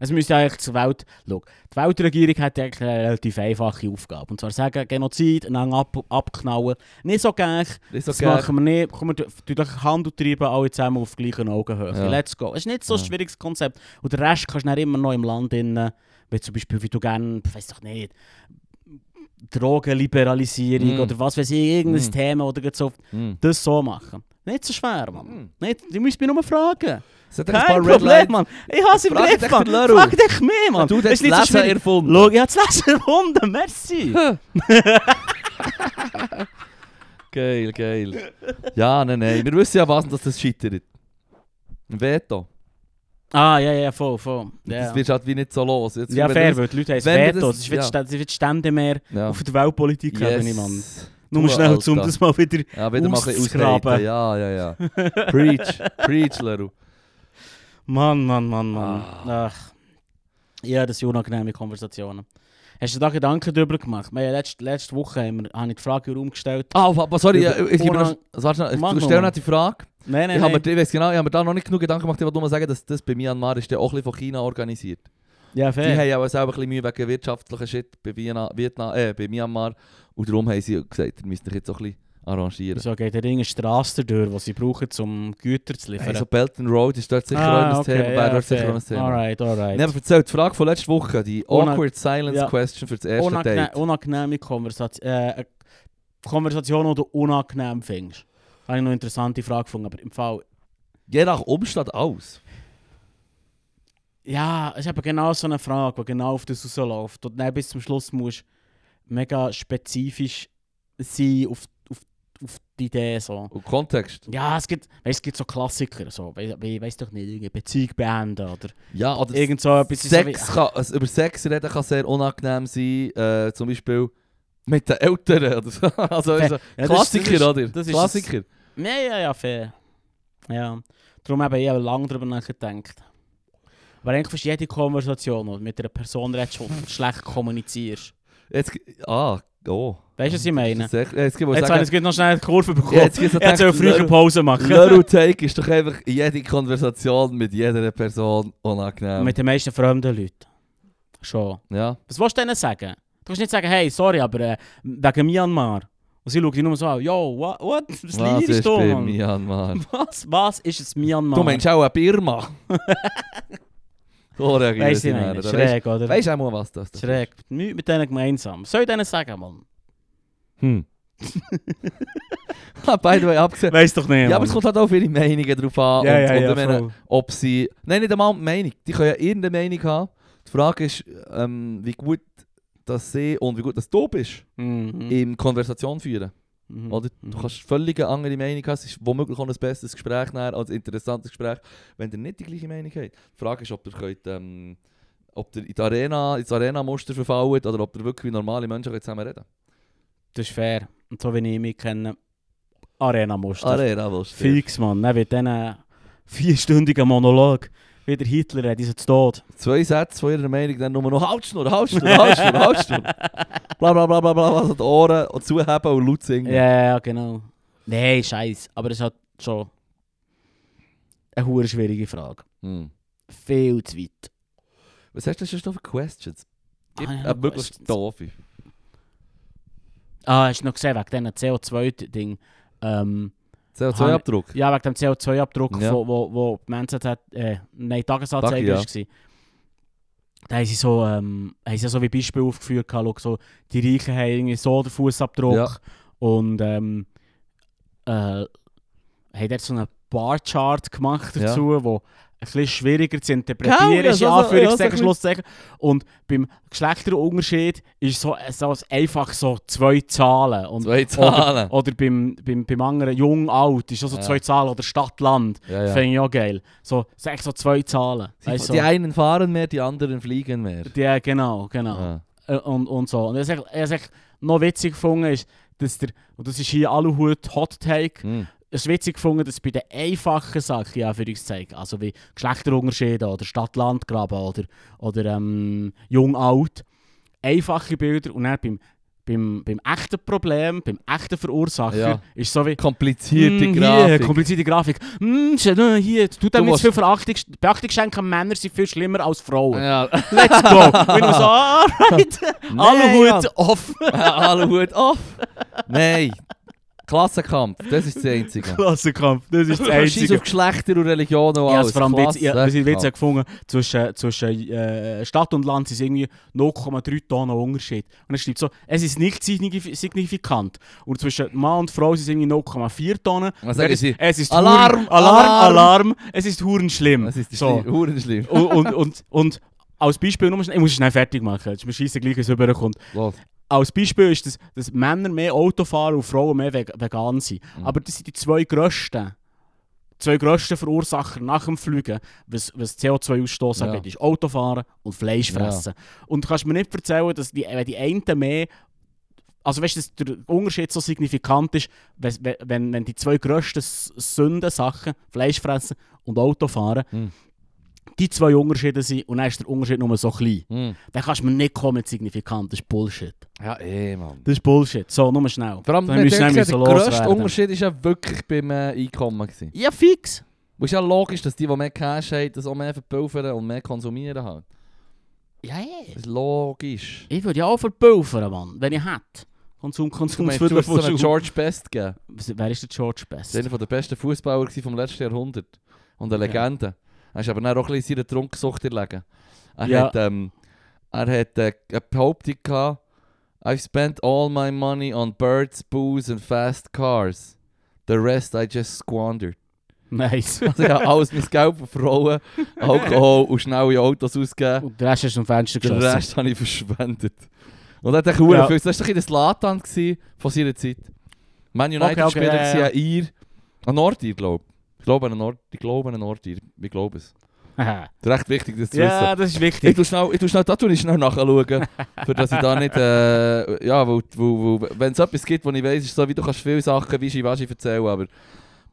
Speaker 2: Es müsste eigentlich zur Welt. Schau, die Weltregierung hat eigentlich eine relativ einfache Aufgabe. Und zwar sagen, Genozid, dann ab, abknallen. Nicht so gäch,
Speaker 1: Ist
Speaker 2: Hm. das
Speaker 1: okay.
Speaker 2: machen wir nicht. Komm, wir durch Handel treiben, alle zusammen auf gleichen Augenhöhe.
Speaker 1: Ja.
Speaker 2: Let's go. Es ist nicht so ein
Speaker 1: Ja.
Speaker 2: schwieriges Konzept. Und den Rest kannst du dann immer noch im Land eh, innen, wenn zum Beispiel, wie du gerne, weiß doch nicht, Drogenliberalisierung
Speaker 1: Mm.
Speaker 2: oder was weiß ich, irgendein
Speaker 1: Mm.
Speaker 2: Thema oder so,
Speaker 1: Hm.
Speaker 2: das so machen. Nicht so schwer, Mann.
Speaker 1: Hm.
Speaker 2: Nicht, du musst mich nur fragen.
Speaker 1: Es hat ein paar
Speaker 2: Kein
Speaker 1: Red
Speaker 2: Problem,
Speaker 1: Lights.
Speaker 2: Mann. Ich hasse im
Speaker 1: Frag
Speaker 2: Griff,
Speaker 1: dich
Speaker 2: Mann.
Speaker 1: den Leru.
Speaker 2: Frag dich mehr, Mann.
Speaker 1: Du,
Speaker 2: Es
Speaker 1: das
Speaker 2: ist nicht so
Speaker 1: Lesen
Speaker 2: schwierig.
Speaker 1: erfunden.
Speaker 2: Schau, ich habe das Lesen
Speaker 1: *laughs*
Speaker 2: erfunden, merci.
Speaker 1: *laughs* Geil, geil. Ja, nein, nein. Wir wissen ja was, dass das scheitert. Ein Veto.
Speaker 2: ah, ja, ja, voll, voll. Ja,
Speaker 1: Das wird halt wie nicht so los. Jetzt,
Speaker 2: ja
Speaker 1: wenn
Speaker 2: fair,
Speaker 1: du-
Speaker 2: weil die Leute haben
Speaker 1: wenn wir
Speaker 2: Veto.
Speaker 1: das-
Speaker 2: Es wird,
Speaker 1: ja.
Speaker 2: ja. es wird Ständemeer
Speaker 1: Ja.
Speaker 2: auf der Weltpolitik haben,
Speaker 1: Yes.
Speaker 2: Mann. Nur
Speaker 1: Du,
Speaker 2: schnell, um
Speaker 1: Alter.
Speaker 2: das mal wieder...
Speaker 1: Ja, wieder mal ein bisschen
Speaker 2: auszugraben.
Speaker 1: ausgraben. Ja, ja, ja. Preach, preach, Leru.
Speaker 2: Mann, Mann, Mann, Mann.
Speaker 1: Ah.
Speaker 2: Ach. Ja, das sind unangenehme Konversationen. Hast du da Gedanken darüber gemacht? Wir haben letzte, letzte Woche haben wir, habe ich die Frage in den Raum gestellt.
Speaker 1: Ah, oh, aber sorry,
Speaker 2: Über-
Speaker 1: ich, ich, ich,
Speaker 2: Unang-
Speaker 1: noch, warte schnell,
Speaker 2: Mach
Speaker 1: ich, du
Speaker 2: noch
Speaker 1: stell
Speaker 2: mal.
Speaker 1: noch die Frage.
Speaker 2: Nein, nein,
Speaker 1: ich habe
Speaker 2: nein.
Speaker 1: mir, ich weiss genau, ich habe mir da noch nicht genug Gedanken gemacht. Ich wollte nur mal sagen, dass das bei Myanmar ist, der auch ein bisschen von China organisiert.
Speaker 2: Ja,
Speaker 1: Die
Speaker 2: fair.
Speaker 1: haben ja auch selber ein bisschen Mühe wegen wirtschaftlicher Shit bei, Viena, Vietnam, äh, bei Myanmar. Und darum haben sie gesagt, ihr müsst euch jetzt auch ein bisschen arrangieren.
Speaker 2: Wieso geht der Ding eine Straße durch, die sie brauchen, um Güter zu liefern?
Speaker 1: Hey, so Belt and Road ist dort Also, sicher
Speaker 2: Ah,
Speaker 1: auch ein Thema. Wäre dort sicher auch ein Thema.
Speaker 2: Alright, alright.
Speaker 1: Nein, aber erzähl, die Frage von letzter Woche, die
Speaker 2: Unang-
Speaker 1: Awkward Silence
Speaker 2: ja.
Speaker 1: Question für das erste
Speaker 2: Unangenehm-
Speaker 1: Date.
Speaker 2: unangenehme Konversation, äh, äh, Konversation, die du unangenehm findest. Habe ich noch eine interessante Frage gefunden, aber im Fall...
Speaker 1: Je nach Umstand aus.
Speaker 2: Ja, es ist eben genau so eine Frage, die genau auf das rausläuft. Und dann bis zum Schluss musst du mega spezifisch sein auf, auf, auf die Idee. So.
Speaker 1: Und Kontext.
Speaker 2: Ja, es gibt, weißt, es gibt so Klassiker, so, wie, wie weiss doch nicht, irgendeine Beziehung beenden oder
Speaker 1: Ja, oder
Speaker 2: irgend so etwas. so wie-
Speaker 1: Sex kann, also über Sex reden kann sehr unangenehm sein. Äh, zum Beispiel mit den Eltern. Oder so. *laughs* also,
Speaker 2: Fair.
Speaker 1: so
Speaker 2: Ja, das ist-
Speaker 1: Klassiker,
Speaker 2: das ist-
Speaker 1: oder?
Speaker 2: das ist
Speaker 1: Klassiker.
Speaker 2: Ja, ja, ja, fair. Ja. Darum habe ich eben lange darüber nachgedacht. Aber eigentlich fast jede Konversation, die du mit einer Person redest, die schlecht kommunizierst.
Speaker 1: Jetzt, g- ah, oh.
Speaker 2: Weißt du, was ich meine?
Speaker 1: Das ist echt- Jetzt gibt
Speaker 2: Jetzt habe ich es noch schnell eine Kurve bekommen.
Speaker 1: Ja, jetzt gibt's
Speaker 2: Jetzt soll ich früher
Speaker 1: Leru-
Speaker 2: Pause machen.
Speaker 1: Leru Take ist doch einfach jede Konversation mit jeder Person unangenehm.
Speaker 2: Mit den meisten fremden Leuten. Schon.
Speaker 1: ja.
Speaker 2: Was willst du denen sagen? Du kannst nicht sagen, hey, sorry, aber äh, wegen Myanmar. Und sie schauen dich nur so an, yo, what, what? Was
Speaker 1: Was
Speaker 2: leidest
Speaker 1: ist
Speaker 2: du,
Speaker 1: bei
Speaker 2: Mann?
Speaker 1: Myanmar?
Speaker 2: Was, was ist es Myanmar?
Speaker 1: Du meinst auch eine Birma. so reagieren
Speaker 2: weißt du,
Speaker 1: sie
Speaker 2: ich meine,
Speaker 1: dann. Weisst-
Speaker 2: schräg, oder?
Speaker 1: weisst du auch mal, was das ist?
Speaker 2: schräg. Nichts mit denen gemeinsam. Was Soll ich denen sagen, Mann?
Speaker 1: Hm. Ah, By the way, abgesehen.
Speaker 2: Weiß doch nicht,
Speaker 1: Ja, aber es kommt halt auch viele Meinungen drauf an.
Speaker 2: Ja,
Speaker 1: und,
Speaker 2: ja,
Speaker 1: und
Speaker 2: ja,
Speaker 1: ich meine,
Speaker 2: voll.
Speaker 1: ob sie... Nein, nicht einmal die Meinung. Die können ja irgendeine Meinung haben. Die Frage ist, ähm, wie gut dass sie und wie gut dass du bist
Speaker 2: Mhm.
Speaker 1: im Konversation führen.
Speaker 2: Mhm.
Speaker 1: Oder? Du kannst völlig eine andere Meinung haben. Es ist womöglich auch ein besseres Gespräch nachher, als ein interessantes Gespräch, wenn ihr nicht die gleiche Meinung habt. Die Frage ist, ob ihr könnt... Ähm, ob ihr in die Arena, ins Arena-Muster verfallt oder ob ihr wirklich wie normale Menschen könnt zusammen reden
Speaker 2: Das ist fair. Und so wie ich mich kenne, Arena-Muster.
Speaker 1: Arena-Muster.
Speaker 2: Fix, Mann. Dann wird diesen vierstündigen Monolog wieder Hitler hat, dieser zu Tod.
Speaker 1: Zwei Sätze von ihrer Meinung, dann nur noch Halsschnur, Halsschnur,
Speaker 2: *laughs*
Speaker 1: Halsschnur, Halsschnur. Bla bla bla bla bla, also die Ohren und zuheben und laut singen.
Speaker 2: Ja, ja, nou. ja, genau. Nein, scheiß. Aber es hat schon eine hure schwierige Frage.
Speaker 1: Hm.
Speaker 2: Viel zu weit.
Speaker 1: Was hast du sonst noch für Questions? Gib
Speaker 2: Ah, ja,
Speaker 1: eine möglichst
Speaker 2: Questions.
Speaker 1: doofe.
Speaker 2: Ah, hast du noch gesehen, wegen diesem CO2-Ding? Ähm,
Speaker 1: CO2-Abdruck.
Speaker 2: ja, wegen dem CO2-Abdruck,
Speaker 1: Ja.
Speaker 2: wo, wo, wo die Menschen hat, äh, nein,
Speaker 1: Tagi,
Speaker 2: Tagesanzeige
Speaker 1: ja.
Speaker 2: war. Da haben sie so, ähm, haben sie so wie Beispiel aufgeführt, gehabt, schau, so, die Reichen haben irgendwie so den Fußabdruck
Speaker 1: Ja.
Speaker 2: und ähm, äh, haben dort so einen Barchart gemacht
Speaker 1: Ja.
Speaker 2: dazu, wo ein bisschen schwieriger zu interpretieren
Speaker 1: Genau, ja,
Speaker 2: ist,
Speaker 1: so- so-
Speaker 2: in
Speaker 1: ja, so ein
Speaker 2: Anführungszeichen,
Speaker 1: bisschen-
Speaker 2: Schlusszeichen. Und beim Geschlechterunterschied ist so, so einfach so zwei Zahlen. Und
Speaker 1: Zwei Zahlen.
Speaker 2: oder beim, beim, beim anderen jung, alt, ist auch so
Speaker 1: Ja.
Speaker 2: zwei Zahlen. Oder Stadt, Land,
Speaker 1: Ja,
Speaker 2: ja.
Speaker 1: ja.
Speaker 2: finde ich auch geil. So, es sind echt so zwei Zahlen.
Speaker 1: Sie-
Speaker 2: Weißt,
Speaker 1: Die
Speaker 2: so,
Speaker 1: einen fahren mehr, die anderen fliegen mehr. Ah,
Speaker 2: die, ja, genau, genau.
Speaker 1: Ja.
Speaker 2: Äh, Und, und so. Und was ich, was ich noch witzig gefunden ist, dass der, und das ist hier Aluhut Hot Take,
Speaker 1: Hm.
Speaker 2: es ist witzig gefunden, dass bei den einfachen Sachen, ja, für uns zeigen, also wie Geschlechterunterschiede oder Stadt-Land-Graben oder, oder ähm, jung-alt, einfache Bilder und dann beim beim, beim echten Problem, beim echten Verursacher,
Speaker 1: Ja.
Speaker 2: ist so wie...
Speaker 1: Komplizierte
Speaker 2: «Hm, Hier,
Speaker 1: Grafik.
Speaker 2: komplizierte Grafik. Hm, schön, äh, hier, tut
Speaker 1: Du
Speaker 2: dem nicht
Speaker 1: musst-
Speaker 2: zu viel Verachtung, Beachtung schenken, Männer sind viel schlimmer als Frauen. *laughs*
Speaker 1: Ja.
Speaker 2: Let's go. Und ich
Speaker 1: *laughs*
Speaker 2: so, alright. Alle
Speaker 1: Nein, Mann.
Speaker 2: Hut off. *laughs*
Speaker 1: Alle Hut auf. Nein. Klassenkampf, das ist das Einzige.
Speaker 2: Klassenkampf, das ist das
Speaker 1: *laughs* Scheiß
Speaker 2: Einzige.
Speaker 1: auf Geschlechter und Religion und
Speaker 2: Ich habe
Speaker 1: alles.
Speaker 2: vor allem Witz, ich, wir sind Witze
Speaker 1: Klassenkampf.
Speaker 2: gefunden, zwischen, zwischen äh, Stadt und Land sind es irgendwie 0,3 Tonnen Unterschied. Und er schreibt so, es ist nicht signif- signifikant. Und zwischen Mann und Frau sind es irgendwie 0,4 Tonnen.
Speaker 1: Was
Speaker 2: Und er
Speaker 1: sagen
Speaker 2: ist,
Speaker 1: sie?
Speaker 2: Es ist
Speaker 1: Alarm,
Speaker 2: Huren, Alarm,
Speaker 1: Alarm.
Speaker 2: Alarm, es ist Huren schlimm.
Speaker 1: Das ist
Speaker 2: so. Oh.
Speaker 1: so. Huren schlimm.
Speaker 2: und, und, und, und als Beispiel, nur, schnell- ich muss es schnell fertig machen, es ist mir scheissegleich, wie es rüberkommt.
Speaker 1: Los.
Speaker 2: Als Beispiel ist, dass, dass Männer mehr Auto fahren und Frauen mehr veg- vegan sind.
Speaker 1: Mhm.
Speaker 2: Aber das sind die zwei grössten, zwei grössten Verursacher nach dem Fliegen, was, was CO2-Ausstoß
Speaker 1: Ja.
Speaker 2: angeht, ist Autofahren und Fleisch
Speaker 1: Ja.
Speaker 2: fressen. Und du kannst mir nicht erzählen, dass die, wenn die einen mehr... Also weißt du, dass der Unterschied so signifikant ist, wenn, wenn, wenn die zwei grössten S- Sündensachen, Fleisch fressen und Autofahren,
Speaker 1: Mhm.
Speaker 2: die zwei Unterschiede sind und dann ist der Unterschied nur so klein.
Speaker 1: Hm.
Speaker 2: Dann kannst du mir nicht kommen mit signifikant, das ist Bullshit.
Speaker 1: Ja, eh, Mann.
Speaker 2: Das ist Bullshit. So, nur schnell.
Speaker 1: Vor allem,
Speaker 2: Dann
Speaker 1: wir
Speaker 2: müssen wir
Speaker 1: denken, der
Speaker 2: nämlich so
Speaker 1: grösste
Speaker 2: loswerden.
Speaker 1: Unterschied war ja wirklich beim äh, Einkommen. Gewesen.
Speaker 2: Ja, fix.
Speaker 1: Und ist ja logisch, dass die, die mehr Cash haben, das auch mehr verpulvern und mehr konsumieren halt.
Speaker 2: Ja, eh.
Speaker 1: Das ist logisch.
Speaker 2: Ich würde ja auch verpulvern, Mann, wenn ich hätte. Konsum,
Speaker 1: Du
Speaker 2: Konsum,
Speaker 1: meinst, du hast so einen
Speaker 2: George.
Speaker 1: George Best gegeben.
Speaker 2: Wer ist der George
Speaker 1: Das war
Speaker 2: Best?
Speaker 1: einer der besten Fußballer vom letzten Jahrhundert. Und eine
Speaker 2: Ja.
Speaker 1: Legende. Er ist aber dann auch ein bisschen in seiner Trunksucht erlegen. Er
Speaker 2: Ja.
Speaker 1: hat, ähm, er hat äh, eine Behauptung gehabt, I've spent all my money on birds, booze and fast cars. The rest I just
Speaker 2: *laughs*
Speaker 1: squandered.
Speaker 2: Nice. *laughs*
Speaker 1: Also ich habe alles mein Geld von Frauen, Alkohol und schnelle Autos ausgegeben.
Speaker 2: Und der Rest ist am Fenster
Speaker 1: Den
Speaker 2: geschossen. *laughs*
Speaker 1: Rest habe ich verschwendet. Und er hat echt ja.
Speaker 2: Ja.
Speaker 1: viel. Das war doch in der Slatan von seiner Zeit. Man United-Spieler
Speaker 2: okay, ja, ja,
Speaker 1: war
Speaker 2: ja.
Speaker 1: ein Ir. Ein Nordir, glaube ich. Ich glaube an einen Nord- ich glaube an einen Nordir. Ich glaube es. Das ist recht wichtig, das zu wissen.
Speaker 2: ja, das ist
Speaker 1: Ich
Speaker 2: wichtig.
Speaker 1: tu schnell, ich tu schnell, da tu ich schnell
Speaker 2: *laughs*
Speaker 1: nachschauen, für dass ich da nicht, äh, ja, weil, weil, weil wenn es etwas gibt, wo ich weiss, ist so, wie du kannst viele Sachen wie Shivashi erzählen, aber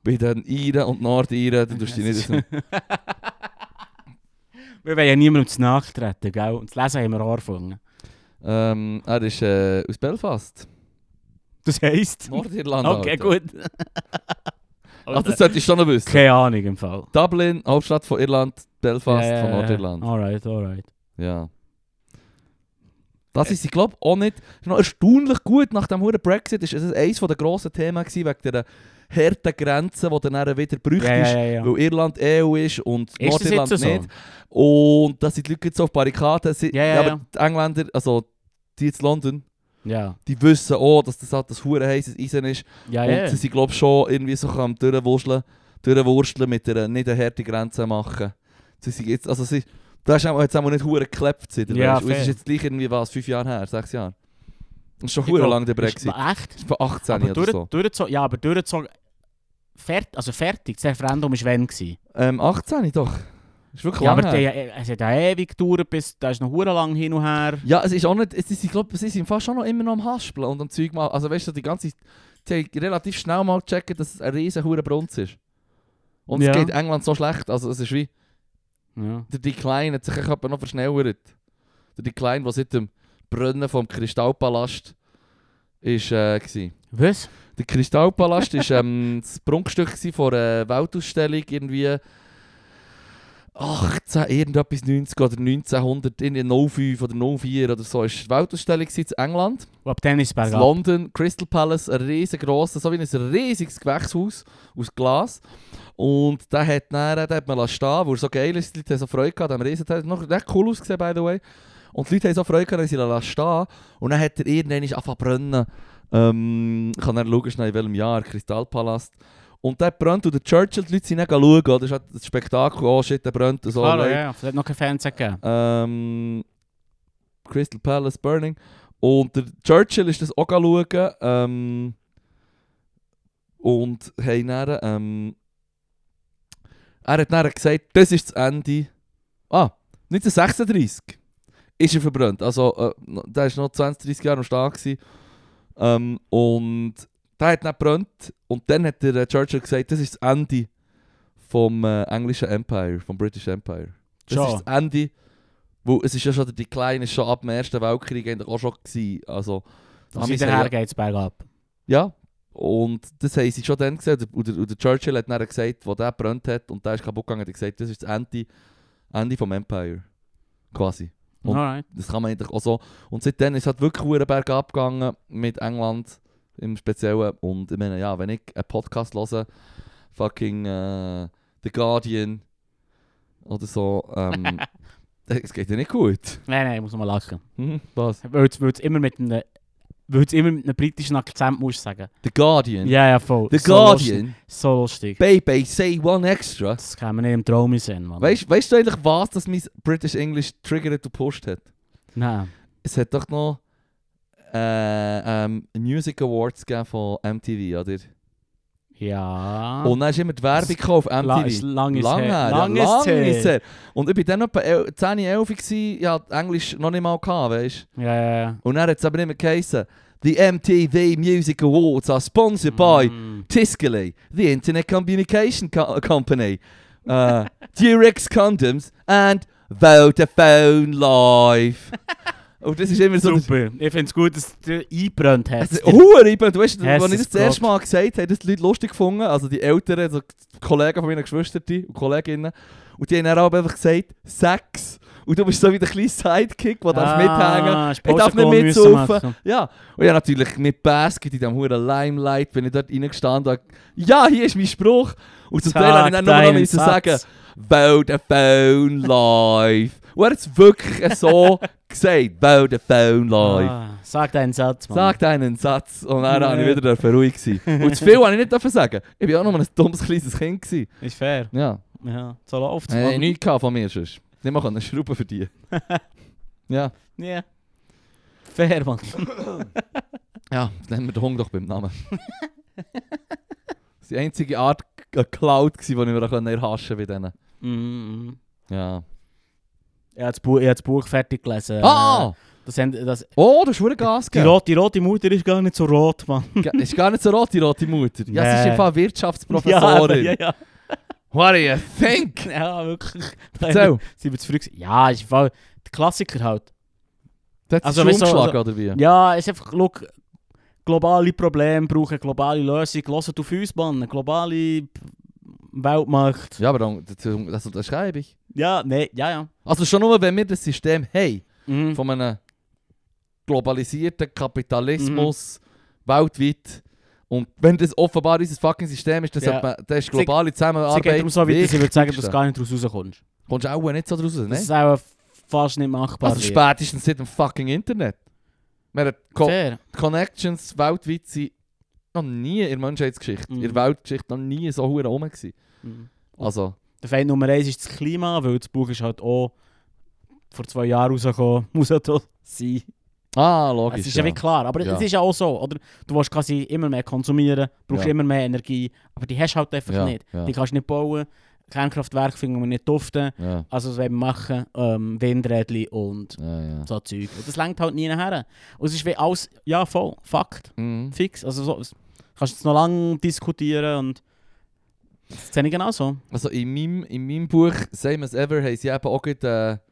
Speaker 1: bei den Iren und Nordiren, dann tust du
Speaker 2: *laughs*
Speaker 1: dich nicht...
Speaker 2: Wir wollen ja niemandem zu nachtreten, gell? Und das Lesen haben wir angefangen.
Speaker 1: ähm, er ist äh, aus Belfast,
Speaker 2: Das heisst...
Speaker 1: Nordirland.
Speaker 2: Okay,
Speaker 1: Alter.
Speaker 2: *laughs* gut.
Speaker 1: Ach, das solltest du schon noch wissen.
Speaker 2: Keine Ahnung im Fall.
Speaker 1: Dublin, Hauptstadt von Irland, Belfast
Speaker 2: Ja, ja,
Speaker 1: von
Speaker 2: ja. Oh.
Speaker 1: Nordirland.
Speaker 2: Alright, alright.
Speaker 1: Ja. Das ist, ich glaube, auch nicht. Ist noch erstaunlich gut nach dem huren Brexit. Ist es eines der grossen Themen gewesen, wegen dieser harten Grenze, die dann nachher wieder brüchig
Speaker 2: Ja,
Speaker 1: ist.
Speaker 2: ja, ja. ja.
Speaker 1: Weil Irland EU ist und
Speaker 2: Ist das
Speaker 1: Nordirland
Speaker 2: jetzt so?
Speaker 1: nicht. Und da sind die Leute jetzt auf die Barrikaden. Sie,
Speaker 2: Ja, ja,
Speaker 1: aber
Speaker 2: ja.
Speaker 1: die Engländer, also die jetzt London,
Speaker 2: Ja.
Speaker 1: die wissen auch, dass das halt das hure heißes Eisen ist.
Speaker 2: Ja,
Speaker 1: und
Speaker 2: ja.
Speaker 1: sie sind, glaube ich, schon irgendwie so am Durchwurschteln, durchwursteln mit einer nicht eine harte Grenze machen. Sie sind jetzt, also sie, da ist auch- jetzt auch nicht hure geklebt. Sind,
Speaker 2: Ja,
Speaker 1: weißt du? Und Es ist
Speaker 2: fair.
Speaker 1: jetzt gleich irgendwie was, fünf Jahre her, sechs Jahre. Das ist schon
Speaker 2: Ich
Speaker 1: hure
Speaker 2: glaub,
Speaker 1: lang der
Speaker 2: Ist-
Speaker 1: Brexit.
Speaker 2: Echt?
Speaker 1: Das ist bei 18
Speaker 2: Aber
Speaker 1: oder
Speaker 2: durch,
Speaker 1: so.
Speaker 2: durchgezogen, ja, aber durchgezogen. Fert, also fertig, das Referendum war wann? Gewesen?
Speaker 1: Ähm, 18 doch. Ist wirklich
Speaker 2: Ja,
Speaker 1: lang
Speaker 2: aber
Speaker 1: her.
Speaker 2: der, äh, es hat ja ewig gedauert, bis da ist noch hure lang hin und her.
Speaker 1: Ja, es ist auch nicht, es ist, ich glaube, sie sind fast schon noch immer noch am Haspeln und am Zeug mal, also weißt du, die ganze, sie haben relativ schnell mal checken, dass es ein riesen hure Brunz ist. Und
Speaker 2: Ja.
Speaker 1: es geht England so schlecht, also es ist wie,
Speaker 2: Ja.
Speaker 1: Der Decline hat sich echt etwa noch verschnellert. Der Decline, der seit dem Brennen vom Kristallpalast ist, äh, gsi.
Speaker 2: Was?
Speaker 1: Der Kristallpalast war ähm, das Prunkstück gsi von einer Weltausstellung irgendwie 18, irgendetwas 90 oder 1900, in 05 oder 04 oder so. Ist die Weltausstellung gsi in England.
Speaker 2: Und ab dann ist es
Speaker 1: In
Speaker 2: bergab.
Speaker 1: London, Crystal Palace, ein riesengroßes, so wie ein riesiges Gewächshaus aus Glas. Und da hat dann, da hat man lassen stehen, wo er so geil ist, die Leute haben so Freude gehabt, am Riesenteil, hat noch recht cool ausgesehen, by the way. Und die Leute haben so Freude gehabt, haben sie ihn lassen stehen. Und dann hat er irgendwann angefangen zu brennen. Ähm, ich kann dann schauen, schnell in welchem Jahr, Kristallpalast. Und der brennt und der Churchill, die Leute sind dann schauen, oder? das ist halt das Spektakel, oh shit, der brennt und so.
Speaker 2: Klar,
Speaker 1: Leute.
Speaker 2: ja, es hat noch keinen Fernseher gegeben.
Speaker 1: Ähm, Crystal Palace Burning. Und der Churchill ist das auch schauen. Ähm, und haben dann, ähm, er hat dann gesagt, das ist das Ende. Ah, 1936 ist er verbrannt. Also, äh, no- der war noch 20, 30 Jahre am Start. Gewesen. Ähm, und der hat dann gebrannt. Und dann hat der äh, Churchill gesagt, das ist das Ende vom äh, englischen Empire, vom British Empire. Das
Speaker 2: Schon.
Speaker 1: ist das Ende. Wo es ist ja schon der Decline ist schon ab dem Ersten Weltkrieg eigentlich auch schon gewesen. Also Ah,
Speaker 2: Von
Speaker 1: wir
Speaker 2: seither
Speaker 1: sagen-
Speaker 2: geht es bergab.
Speaker 1: Ja. Und das haben sie schon dann gesehen. Und der- Und der, und der Churchill hat dann gesagt, wo der brennt hat und der ist kaputt gegangen, hat er gesagt, das ist das Ende, Ende vom Empire. Quasi. Und-
Speaker 2: Alright.
Speaker 1: Das kann man eigentlich auch so. Und seitdem ist es halt wirklich verdammt bergab gegangen mit England im Speziellen. Und ich meine, ja, wenn ich einen Podcast höre, fucking äh, The Guardian oder so, ähm, es geht ja nicht gut.
Speaker 2: Nein, nein, ich muss mal lachen.
Speaker 1: Hm, Was?
Speaker 2: Weil du es immer mit einem... Weil du immer mit einem britischen Akzent musst sagen.
Speaker 1: The Guardian?
Speaker 2: Ja, ja, voll.
Speaker 1: The
Speaker 2: So lustig.
Speaker 1: Guardian?
Speaker 2: So lustig.
Speaker 1: Baby, say one extra.
Speaker 2: Das kann man nicht im Traum sehen, Mann.
Speaker 1: Weißt, weißt du eigentlich, was das mein British English triggered und pusht hat?
Speaker 2: Nein.
Speaker 1: Es hat doch noch äh, ähm, Music Awards gegeben von MTV, oder?
Speaker 2: Ja.
Speaker 1: Und dann ist immer die Werbung
Speaker 2: Das
Speaker 1: gekommen auf
Speaker 2: Ah. La- ist
Speaker 1: MTV.
Speaker 2: lang ist
Speaker 1: Lange
Speaker 2: her.
Speaker 1: her,
Speaker 2: Lang
Speaker 1: ja,
Speaker 2: ist
Speaker 1: lang
Speaker 2: her.
Speaker 1: ist her. Und ich war dann etwa el- 10, 11 gsi, ja, Englisch noch nicht mal gehabt, weißt
Speaker 2: Ja, ja, ja.
Speaker 1: Und dann hat es aber nicht mehr geheissen, The MTV Music Awards are sponsored by
Speaker 2: Mm.
Speaker 1: Tiscali, the Internet Communication Co Company, uh, Durex Condoms and Vodafone Live. Oh, Und das ist immer so...
Speaker 2: Super. Ich finde es gut, dass du eingebrannt hast.
Speaker 1: Also, Huere, ich bin- du weißt, als
Speaker 2: Herzens
Speaker 1: ich das, das erste
Speaker 2: Gott.
Speaker 1: Mal gesagt habe, haben das die Leute lustig gefunden. Also die Älteren, also die Kollegen von meinen Geschwistern und Kolleginnen. Und die haben dann auch einfach gesagt, Sex. Und du bist so wie der kleine Sidekick, der
Speaker 2: Ah.
Speaker 1: darf mithängen.
Speaker 2: hast
Speaker 1: Ich darf nicht
Speaker 2: Pausenkohl müssen
Speaker 1: mitsaufen.
Speaker 2: machen.
Speaker 1: Ja, und ja natürlich mit Basket in diesem huren Limelight bin ich dort reingestanden und hab- ja, hier ist mein Spruch. Und zum Teil habe ich dann nur noch
Speaker 2: deinen
Speaker 1: müssen
Speaker 2: Satz.
Speaker 1: sagen, Vodafone Live. Und er hat es wirklich
Speaker 2: *laughs*
Speaker 1: so gesagt, Vodafone Live.
Speaker 2: Ah, sag deinen Satz, Mann.
Speaker 1: Sag einen Satz und dann habe ich
Speaker 2: Nee.
Speaker 1: wieder dürfen ruhig sein. Und zu viel habe ich nicht dürfen sagen. Ich war auch noch ein dummes kleines Kind. Gewesen.
Speaker 2: Ist fair.
Speaker 1: Ja.
Speaker 2: Ja, so läuft's,
Speaker 1: Hey,
Speaker 2: Mann.
Speaker 1: nichts gehabt von mir sonst. Nicht mal eine Schraube
Speaker 2: *laughs*
Speaker 1: verdienen. ja.
Speaker 2: Ja. Fair,
Speaker 1: *laughs*
Speaker 2: Mann.
Speaker 1: Ja, nennen wir den Hund doch beim Namen. das war die einzige Art K- Cloud, gewesen, die ich mir auch erhaschen konnte bei denen.
Speaker 2: Mm, mm.
Speaker 1: Ja.
Speaker 2: Ich habe das, Bu ich hab das Buch fertig gelesen. Äh,
Speaker 1: Ah!
Speaker 2: Das haben, das,
Speaker 1: Oh, das ist verdammt Gas
Speaker 2: die,
Speaker 1: gegeben.
Speaker 2: rote, die rote Mutter ist gar nicht so rot, Mann. *laughs*
Speaker 1: Ge- Ist gar nicht so rot, die rote Mutter. Ja, sie ist
Speaker 2: Nee.
Speaker 1: einfach
Speaker 2: Professorin.
Speaker 1: Wirtschaftsprofessorin.
Speaker 2: Ja, ja,
Speaker 1: What do you think?
Speaker 2: ja. ja, wirklich.
Speaker 1: Erzähl.
Speaker 2: *laughs* Sie wird früh gewesen. Ja, ist im Fall der Klassiker halt.
Speaker 1: Das hat
Speaker 2: Also,
Speaker 1: sie
Speaker 2: wenn so-
Speaker 1: umgeschlagen, oder wie?
Speaker 2: Ja, ist einfach, look, globale Probleme brauchen globale Lösung. Hört auf uns, Mann. Globale Weltmacht. Ja,
Speaker 1: Ja, aber dann, das, das unterschreibe ich.
Speaker 2: nee, ja, ja.
Speaker 1: Also schon nur, wenn wir das System haben, *laughs*
Speaker 2: Mhm.
Speaker 1: von einem globalisierten Kapitalismus weltweit, und wenn das offenbar unser fucking System ist, dann
Speaker 2: Ja.
Speaker 1: sollte man- dann ist
Speaker 2: Sie-
Speaker 1: globale
Speaker 2: Sie
Speaker 1: Zusammenarbeit
Speaker 2: geht darum so weit, dass ich würde sagen, dass du
Speaker 1: wichtigste.
Speaker 2: gar nicht daraus rauskommst.
Speaker 1: Kommst du auch nicht so draus,
Speaker 2: Das
Speaker 1: ne?
Speaker 2: ist auch fast nicht machbar.
Speaker 1: Also
Speaker 2: wird.
Speaker 1: spätestens seit dem fucking Internet. Wir haben Co
Speaker 2: Fair.
Speaker 1: Connections weltweit sind noch nie in der Menschheitsgeschichte,
Speaker 2: Mhm.
Speaker 1: in der Weltgeschichte noch nie so hoch oben gewesen.
Speaker 2: Mhm.
Speaker 1: Also,
Speaker 2: Der Feind Nummer 1 ist das Klima, weil das Buch ist halt auch vor zwei Jahren rausgekommen. *laughs* Muss halt auch sein.
Speaker 1: ah, logisch.
Speaker 2: Also, es ist ja
Speaker 1: ja.
Speaker 2: wie klar, aber
Speaker 1: Ja.
Speaker 2: es ist ja auch so, oder? Du willst quasi immer mehr konsumieren, brauchst
Speaker 1: Ja.
Speaker 2: immer mehr Energie, aber die hast du halt einfach
Speaker 1: Ja,
Speaker 2: nicht.
Speaker 1: ja.
Speaker 2: Die kannst du nicht bauen, Kernkraftwerke finden wir nicht duften.
Speaker 1: Ja,
Speaker 2: Also was wollen wir machen? Ähm, Windrädchen und
Speaker 1: ja, ja.
Speaker 2: so Zeug. Und das lenkt halt nie her. Und es ist wie alles, ja voll, Fakt,
Speaker 1: Mhm.
Speaker 2: fix. Also so, es- kannst jetzt noch lange diskutieren und das sehe ich genauso.
Speaker 1: Also in meinem, in meinem Buch Same as Ever haben sie eben auch gerade, äh,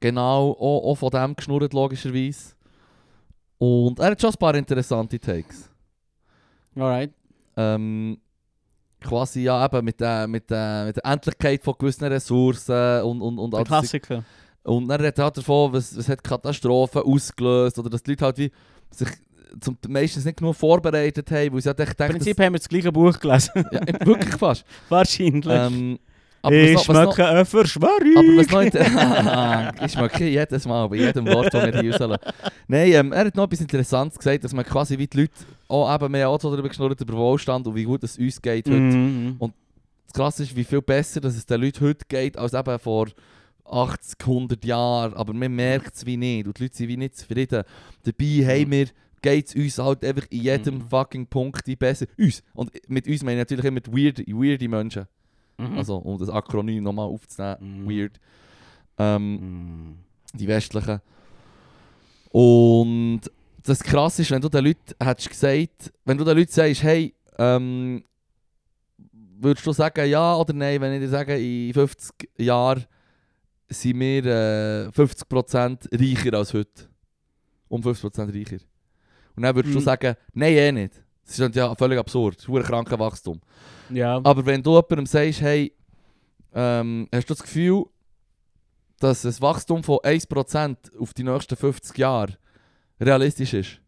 Speaker 1: genau auch, auch von dem geschnurrt, logischerweise. Und er hat schon ein paar interessante Takes.
Speaker 2: Alright.
Speaker 1: Ähm, quasi ja eben mit der, mit, der, mit der Endlichkeit von gewissen Ressourcen und, und, und
Speaker 2: Der
Speaker 1: all das
Speaker 2: Klassiker.
Speaker 1: und er redet halt davon, was, was hat Katastrophen ausgelöst oder dass die Leute halt wie sich zum meistens nicht genug vorbereitet haben, weil sie halt echt
Speaker 2: Im
Speaker 1: denken,
Speaker 2: Prinzip haben wir das gleiche Buch gelesen. *laughs*
Speaker 1: dass, ja, wirklich fast.
Speaker 2: Wahrscheinlich.
Speaker 1: ähm,
Speaker 2: ich
Speaker 1: was noch- was noch-
Speaker 2: schmecke eine
Speaker 1: Aber
Speaker 2: Verschwörung.
Speaker 1: was noch *laughs*
Speaker 2: *laughs*
Speaker 1: inter- Ich schmecke jedes Mal bei jedem Wort, das wir hier rauslassen. Nein, ähm, er hat noch etwas Interessantes gesagt, dass man quasi wie die Leute auch eben mehr auch so darüber geschnurrt über Wohlstand und wie gut es uns geht heute.
Speaker 2: Mhm.
Speaker 1: Das Krasse ist, wie viel besser dass es den Leuten heute geht, als eben vor 80, 100 Jahren. Aber man merkt es wie nicht und die Leute sind wie nicht zufrieden. Dabei haben
Speaker 2: Mhm.
Speaker 1: wir geht es uns halt einfach in jedem
Speaker 2: Mhm.
Speaker 1: fucking Punkt besser. Uns. Und mit uns meine ich natürlich immer die weird, weirde Menschen.
Speaker 2: Mhm.
Speaker 1: Also um das Akronym nochmal aufzunehmen.
Speaker 2: Mhm.
Speaker 1: Weird. Ähm,
Speaker 2: Mhm.
Speaker 1: die westlichen. Und das krass ist, wenn du den Leuten hättest gesagt, wenn du den Leuten sagst, hey, ähm, würdest du sagen ja oder nein, wenn ich dir sage, in 50 Jahren sind wir äh, 50% reicher als heute. um 50% reicher. Und dann würdest du
Speaker 2: Mhm.
Speaker 1: sagen, nein, eh nicht. Das ist ja völlig absurd. Hure kranker Wachstum.
Speaker 2: Ja.
Speaker 1: Aber wenn du jemandem sagst, hey, ähm, hast du das Gefühl, dass ein Wachstum von 1% auf die nächsten 50 Jahre realistisch ist,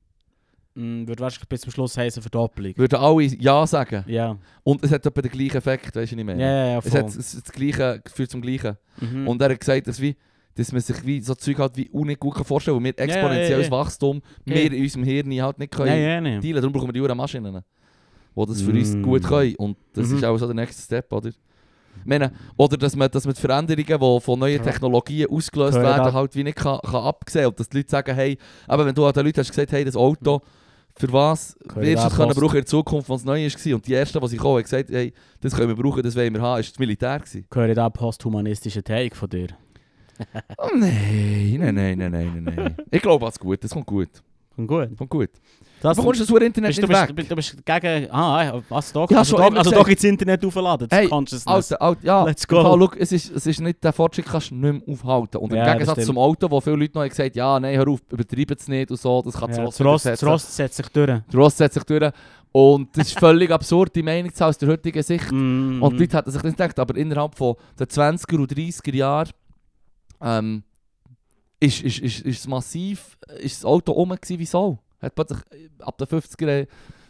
Speaker 2: Mm, Würde wahrscheinlich bis zum Schluss heißen Verdoppelung.
Speaker 1: würden alle Ja sagen.
Speaker 2: Ja.
Speaker 1: Und es hat etwa den gleichen Effekt, weißt du, was ich
Speaker 2: Ja,
Speaker 1: meine?
Speaker 2: ja, ja,
Speaker 1: Es hat
Speaker 2: voll.
Speaker 1: es, es das Gleiche, führt zum Gleichen.
Speaker 2: Mhm.
Speaker 1: Und er hat gesagt, dass, wie, dass man sich wie so Zeug halt wie auch nicht gut kann vorstellen kann, weil wir
Speaker 2: ja,
Speaker 1: exponentielles
Speaker 2: ja.
Speaker 1: Wachstum
Speaker 2: Ja.
Speaker 1: wir in unserem Hirn halt nicht können
Speaker 2: Nein, ja, nein.
Speaker 1: dealen. Darum brauchen wir die Uhren Maschinen, die das für uns
Speaker 2: Mm.
Speaker 1: gut können. Und das
Speaker 2: Mhm.
Speaker 1: ist auch so der nächste Step, oder? Ich Meine, oder dass man, dass man die Veränderungen, die von neuen
Speaker 2: Ja.
Speaker 1: Technologien ausgelöst
Speaker 2: Hör
Speaker 1: werden,
Speaker 2: ab.
Speaker 1: halt wie nicht kann, kann absehen Und dass die Leute sagen, hey, aber wenn du an den Leuten hast gesagt, hey, das Auto, für was
Speaker 2: Hör
Speaker 1: wirst du
Speaker 2: ab,
Speaker 1: es können
Speaker 2: Post.
Speaker 1: brauchen in der Zukunft, wenn es neu ist? gewesen? Und die Ersten, die sie kamen, haben gesagt, hey, das können wir brauchen, das wollen wir haben, ist das Militär gewesen.
Speaker 2: Gehört da posthumanistische Take von dir?
Speaker 1: Oh nein, nein, nein, nein, nein, nein, nein. Ich glaube an das Gute, das kommt gut.
Speaker 2: Und gut.
Speaker 1: Kommt gut.
Speaker 2: Das
Speaker 1: du bekommst das hohe Internet
Speaker 2: bist,
Speaker 1: nicht
Speaker 2: du,
Speaker 1: weg.
Speaker 2: bist, du bist gegen. Ah, ja, was doch?
Speaker 1: Ja,
Speaker 2: also,
Speaker 1: schon
Speaker 2: doch
Speaker 1: immer
Speaker 2: also
Speaker 1: gesagt.
Speaker 2: doch ins Internet aufladen. das
Speaker 1: Hey,
Speaker 2: Consciousness.
Speaker 1: Alter, Alter, ja.
Speaker 2: Let's go.
Speaker 1: Im Fall, schau, es, ist, es ist nicht der Fortschritt, kannst du nicht mehr aufhalten. Und im
Speaker 2: Ja, das
Speaker 1: Gegensatz
Speaker 2: stimmt.
Speaker 1: zum Auto, wo viele Leute noch haben gesagt ja, nein, hör auf, übertreibe es nicht und so, das kann
Speaker 2: ja,
Speaker 1: Ross
Speaker 2: das Ross, das
Speaker 1: übersetzen.
Speaker 2: Ross setzt sich durch.
Speaker 1: Das Ross setzt sich durch. Und das ist völlig *laughs* absurd, die Meinung zu- aus der heutigen Sicht.
Speaker 2: Mm.
Speaker 1: Und die Leute hätten sich nicht gedacht, aber innerhalb von den 20er und 30er Jahren ähm, ist, ist, ist, ist es massiv, ist das Auto rum gewesen wie so. Hat plötzlich äh, ab den 50er Jahren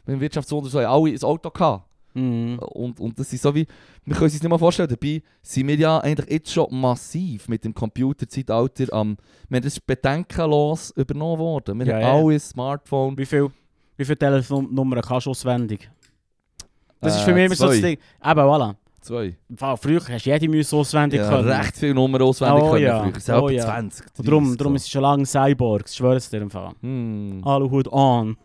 Speaker 1: mit dem Wirtschaftswunder so haben alle ein Auto gehabt.
Speaker 2: Mm.
Speaker 1: Und, und das ist so wie, wir können uns das nicht mal vorstellen, dabei sind wir ja eigentlich jetzt schon massiv mit dem Computerzeitalter am, wir haben das bedenkenlos übernommen worden. Wir
Speaker 2: Ja,
Speaker 1: haben
Speaker 2: ja.
Speaker 1: alle ein Smartphone.
Speaker 2: Wie viel, wie viel Telefonnummern kannst du auswendig? Das ist
Speaker 1: Äh,
Speaker 2: für mich immer so das
Speaker 1: zwei.
Speaker 2: Ding. Eben, voilà.
Speaker 1: Zwei.
Speaker 2: Wow, früher hast du jede Müsse auswendig
Speaker 1: Ja,
Speaker 2: können.
Speaker 1: recht viele Nummern auswendig
Speaker 2: Oh
Speaker 1: können
Speaker 2: ja,
Speaker 1: früher. Es sind
Speaker 2: oh
Speaker 1: etwa
Speaker 2: ja.
Speaker 1: 20,
Speaker 2: Und darum,
Speaker 1: 30
Speaker 2: darum
Speaker 1: so.
Speaker 2: ist Ah. es schon lange Cyborgs, ich schwöre es dir im Fall.
Speaker 1: Hm.
Speaker 2: Aluhut on.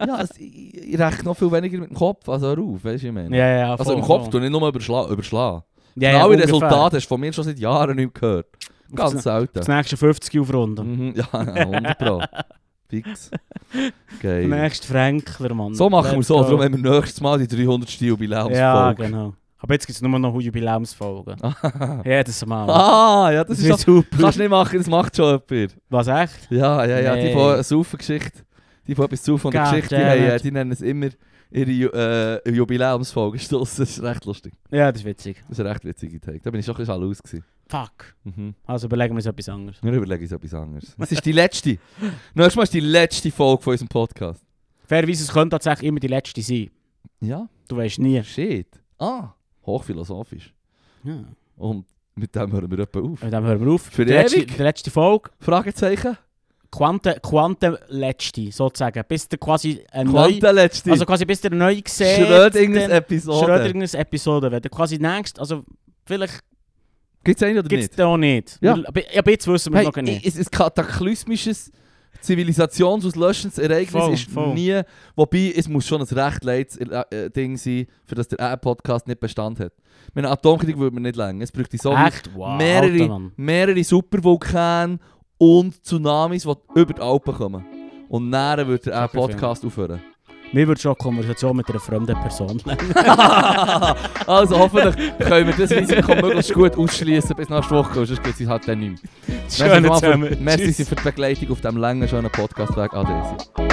Speaker 1: ja, es, ich, ich rechne noch viel weniger mit dem Kopf als er auf, weißt du, ich meine.
Speaker 2: Ja, ja, ja.
Speaker 1: also im Kopf, du nicht nur überschlagen. Überschla.
Speaker 2: ja,
Speaker 1: Genaue
Speaker 2: ungefähr.
Speaker 1: Resultate hast du von mir schon seit Jahren nicht
Speaker 2: *laughs*
Speaker 1: gehört. Ganz
Speaker 2: das-
Speaker 1: selten.
Speaker 2: Das nächste 50 aufrunden.
Speaker 1: Mhm, *laughs* ja, 100 Pro. Fix.
Speaker 2: Der
Speaker 1: Geil.
Speaker 2: nächste Fränkler, Mann.
Speaker 1: So machen wir
Speaker 2: Let's
Speaker 1: so,
Speaker 2: go.
Speaker 1: darum haben wir nächstes Mal die 300. Jubiläumsfolge. *laughs*
Speaker 2: Ja, genau. Aber jetzt gibt es nur noch Jubiläumsfolgen. Jedes Mal.
Speaker 1: ah, ja, das ist
Speaker 2: wird
Speaker 1: das
Speaker 2: super.
Speaker 1: kannst du nicht machen, das macht schon jemand.
Speaker 2: Was, echt?
Speaker 1: Ja, ja, ja, die
Speaker 2: Nee.
Speaker 1: von Saufen-Geschichte, die von etwas Saufen und der
Speaker 2: God
Speaker 1: Geschichte, die,
Speaker 2: damn
Speaker 1: haben,
Speaker 2: it.
Speaker 1: äh, die nennen es immer ihre Ju äh, Jubiläumsfolge. *laughs* Ist Das das ist recht lustig.
Speaker 2: Ja, das ist witzig.
Speaker 1: Das ist ein recht witzige Take. Da bin ich schon ein bisschen aus. gewesen.
Speaker 2: Fuck.
Speaker 1: Mhm.
Speaker 2: Also überlegen wir uns etwas anderes.
Speaker 1: Wir überlegen uns etwas anderes. Es ist die letzte. Nächstes Mal ist die letzte Folge von unserem Podcast.
Speaker 2: Fairerweise, es könnte tatsächlich immer die letzte sein.
Speaker 1: Ja,
Speaker 2: Du weißt nie.
Speaker 1: shit. Ah, hochphilosophisch.
Speaker 2: Ja.
Speaker 1: Und mit dem hören wir etwa auf.
Speaker 2: Und dann hören wir auf.
Speaker 1: Für
Speaker 2: die letzte,
Speaker 1: ewig.
Speaker 2: die letzte Folge,
Speaker 1: Fragezeichen?
Speaker 2: Quanten, Quantenletzte, sozusagen. Bis der quasi eine neue...
Speaker 1: Quantenletzte.
Speaker 2: Also quasi bis der neu gesehen...
Speaker 1: Schrödingers
Speaker 2: dann-
Speaker 1: Episode.
Speaker 2: Schrödingers Episode. Wenn der quasi nächst... Also vielleicht
Speaker 1: Gibt es einen oder
Speaker 2: gibt es
Speaker 1: nicht?
Speaker 2: den auch nicht.
Speaker 1: Ja.
Speaker 2: Wir- Aber aber jetzt wissen wir
Speaker 1: Hey,
Speaker 2: noch nicht.
Speaker 1: es ist ein kataklysmisches zivilisationsauslöschendes dus Ereignis
Speaker 2: Voll,
Speaker 1: ist
Speaker 2: voll.
Speaker 1: nie... Wobei, es muss schon ein recht leides äh, Ding sein, für das der Podcast nicht Bestand hat. Mit einem Atomkrieg würde man nicht länger. Es bräuchte so
Speaker 2: Echt? Wow,
Speaker 1: mehrere-
Speaker 2: Alter, Mann.
Speaker 1: mehrere Supervulkane und Tsunamis, die über die Alpen kommen. Und dann würde der
Speaker 2: Sehr viel.
Speaker 1: Podcast aufhören.
Speaker 2: Mir würde schon eine Konversation mit einer fremden Person leiden.
Speaker 1: also hoffentlich können wir das Risiko möglichst gut ausschließen bis nächste Woche, sonst gibt es halt dann nicht mehr. Merci nochmal für- Merci für die Begleitung auf diesem langen, schönen Podcastweg. Ade.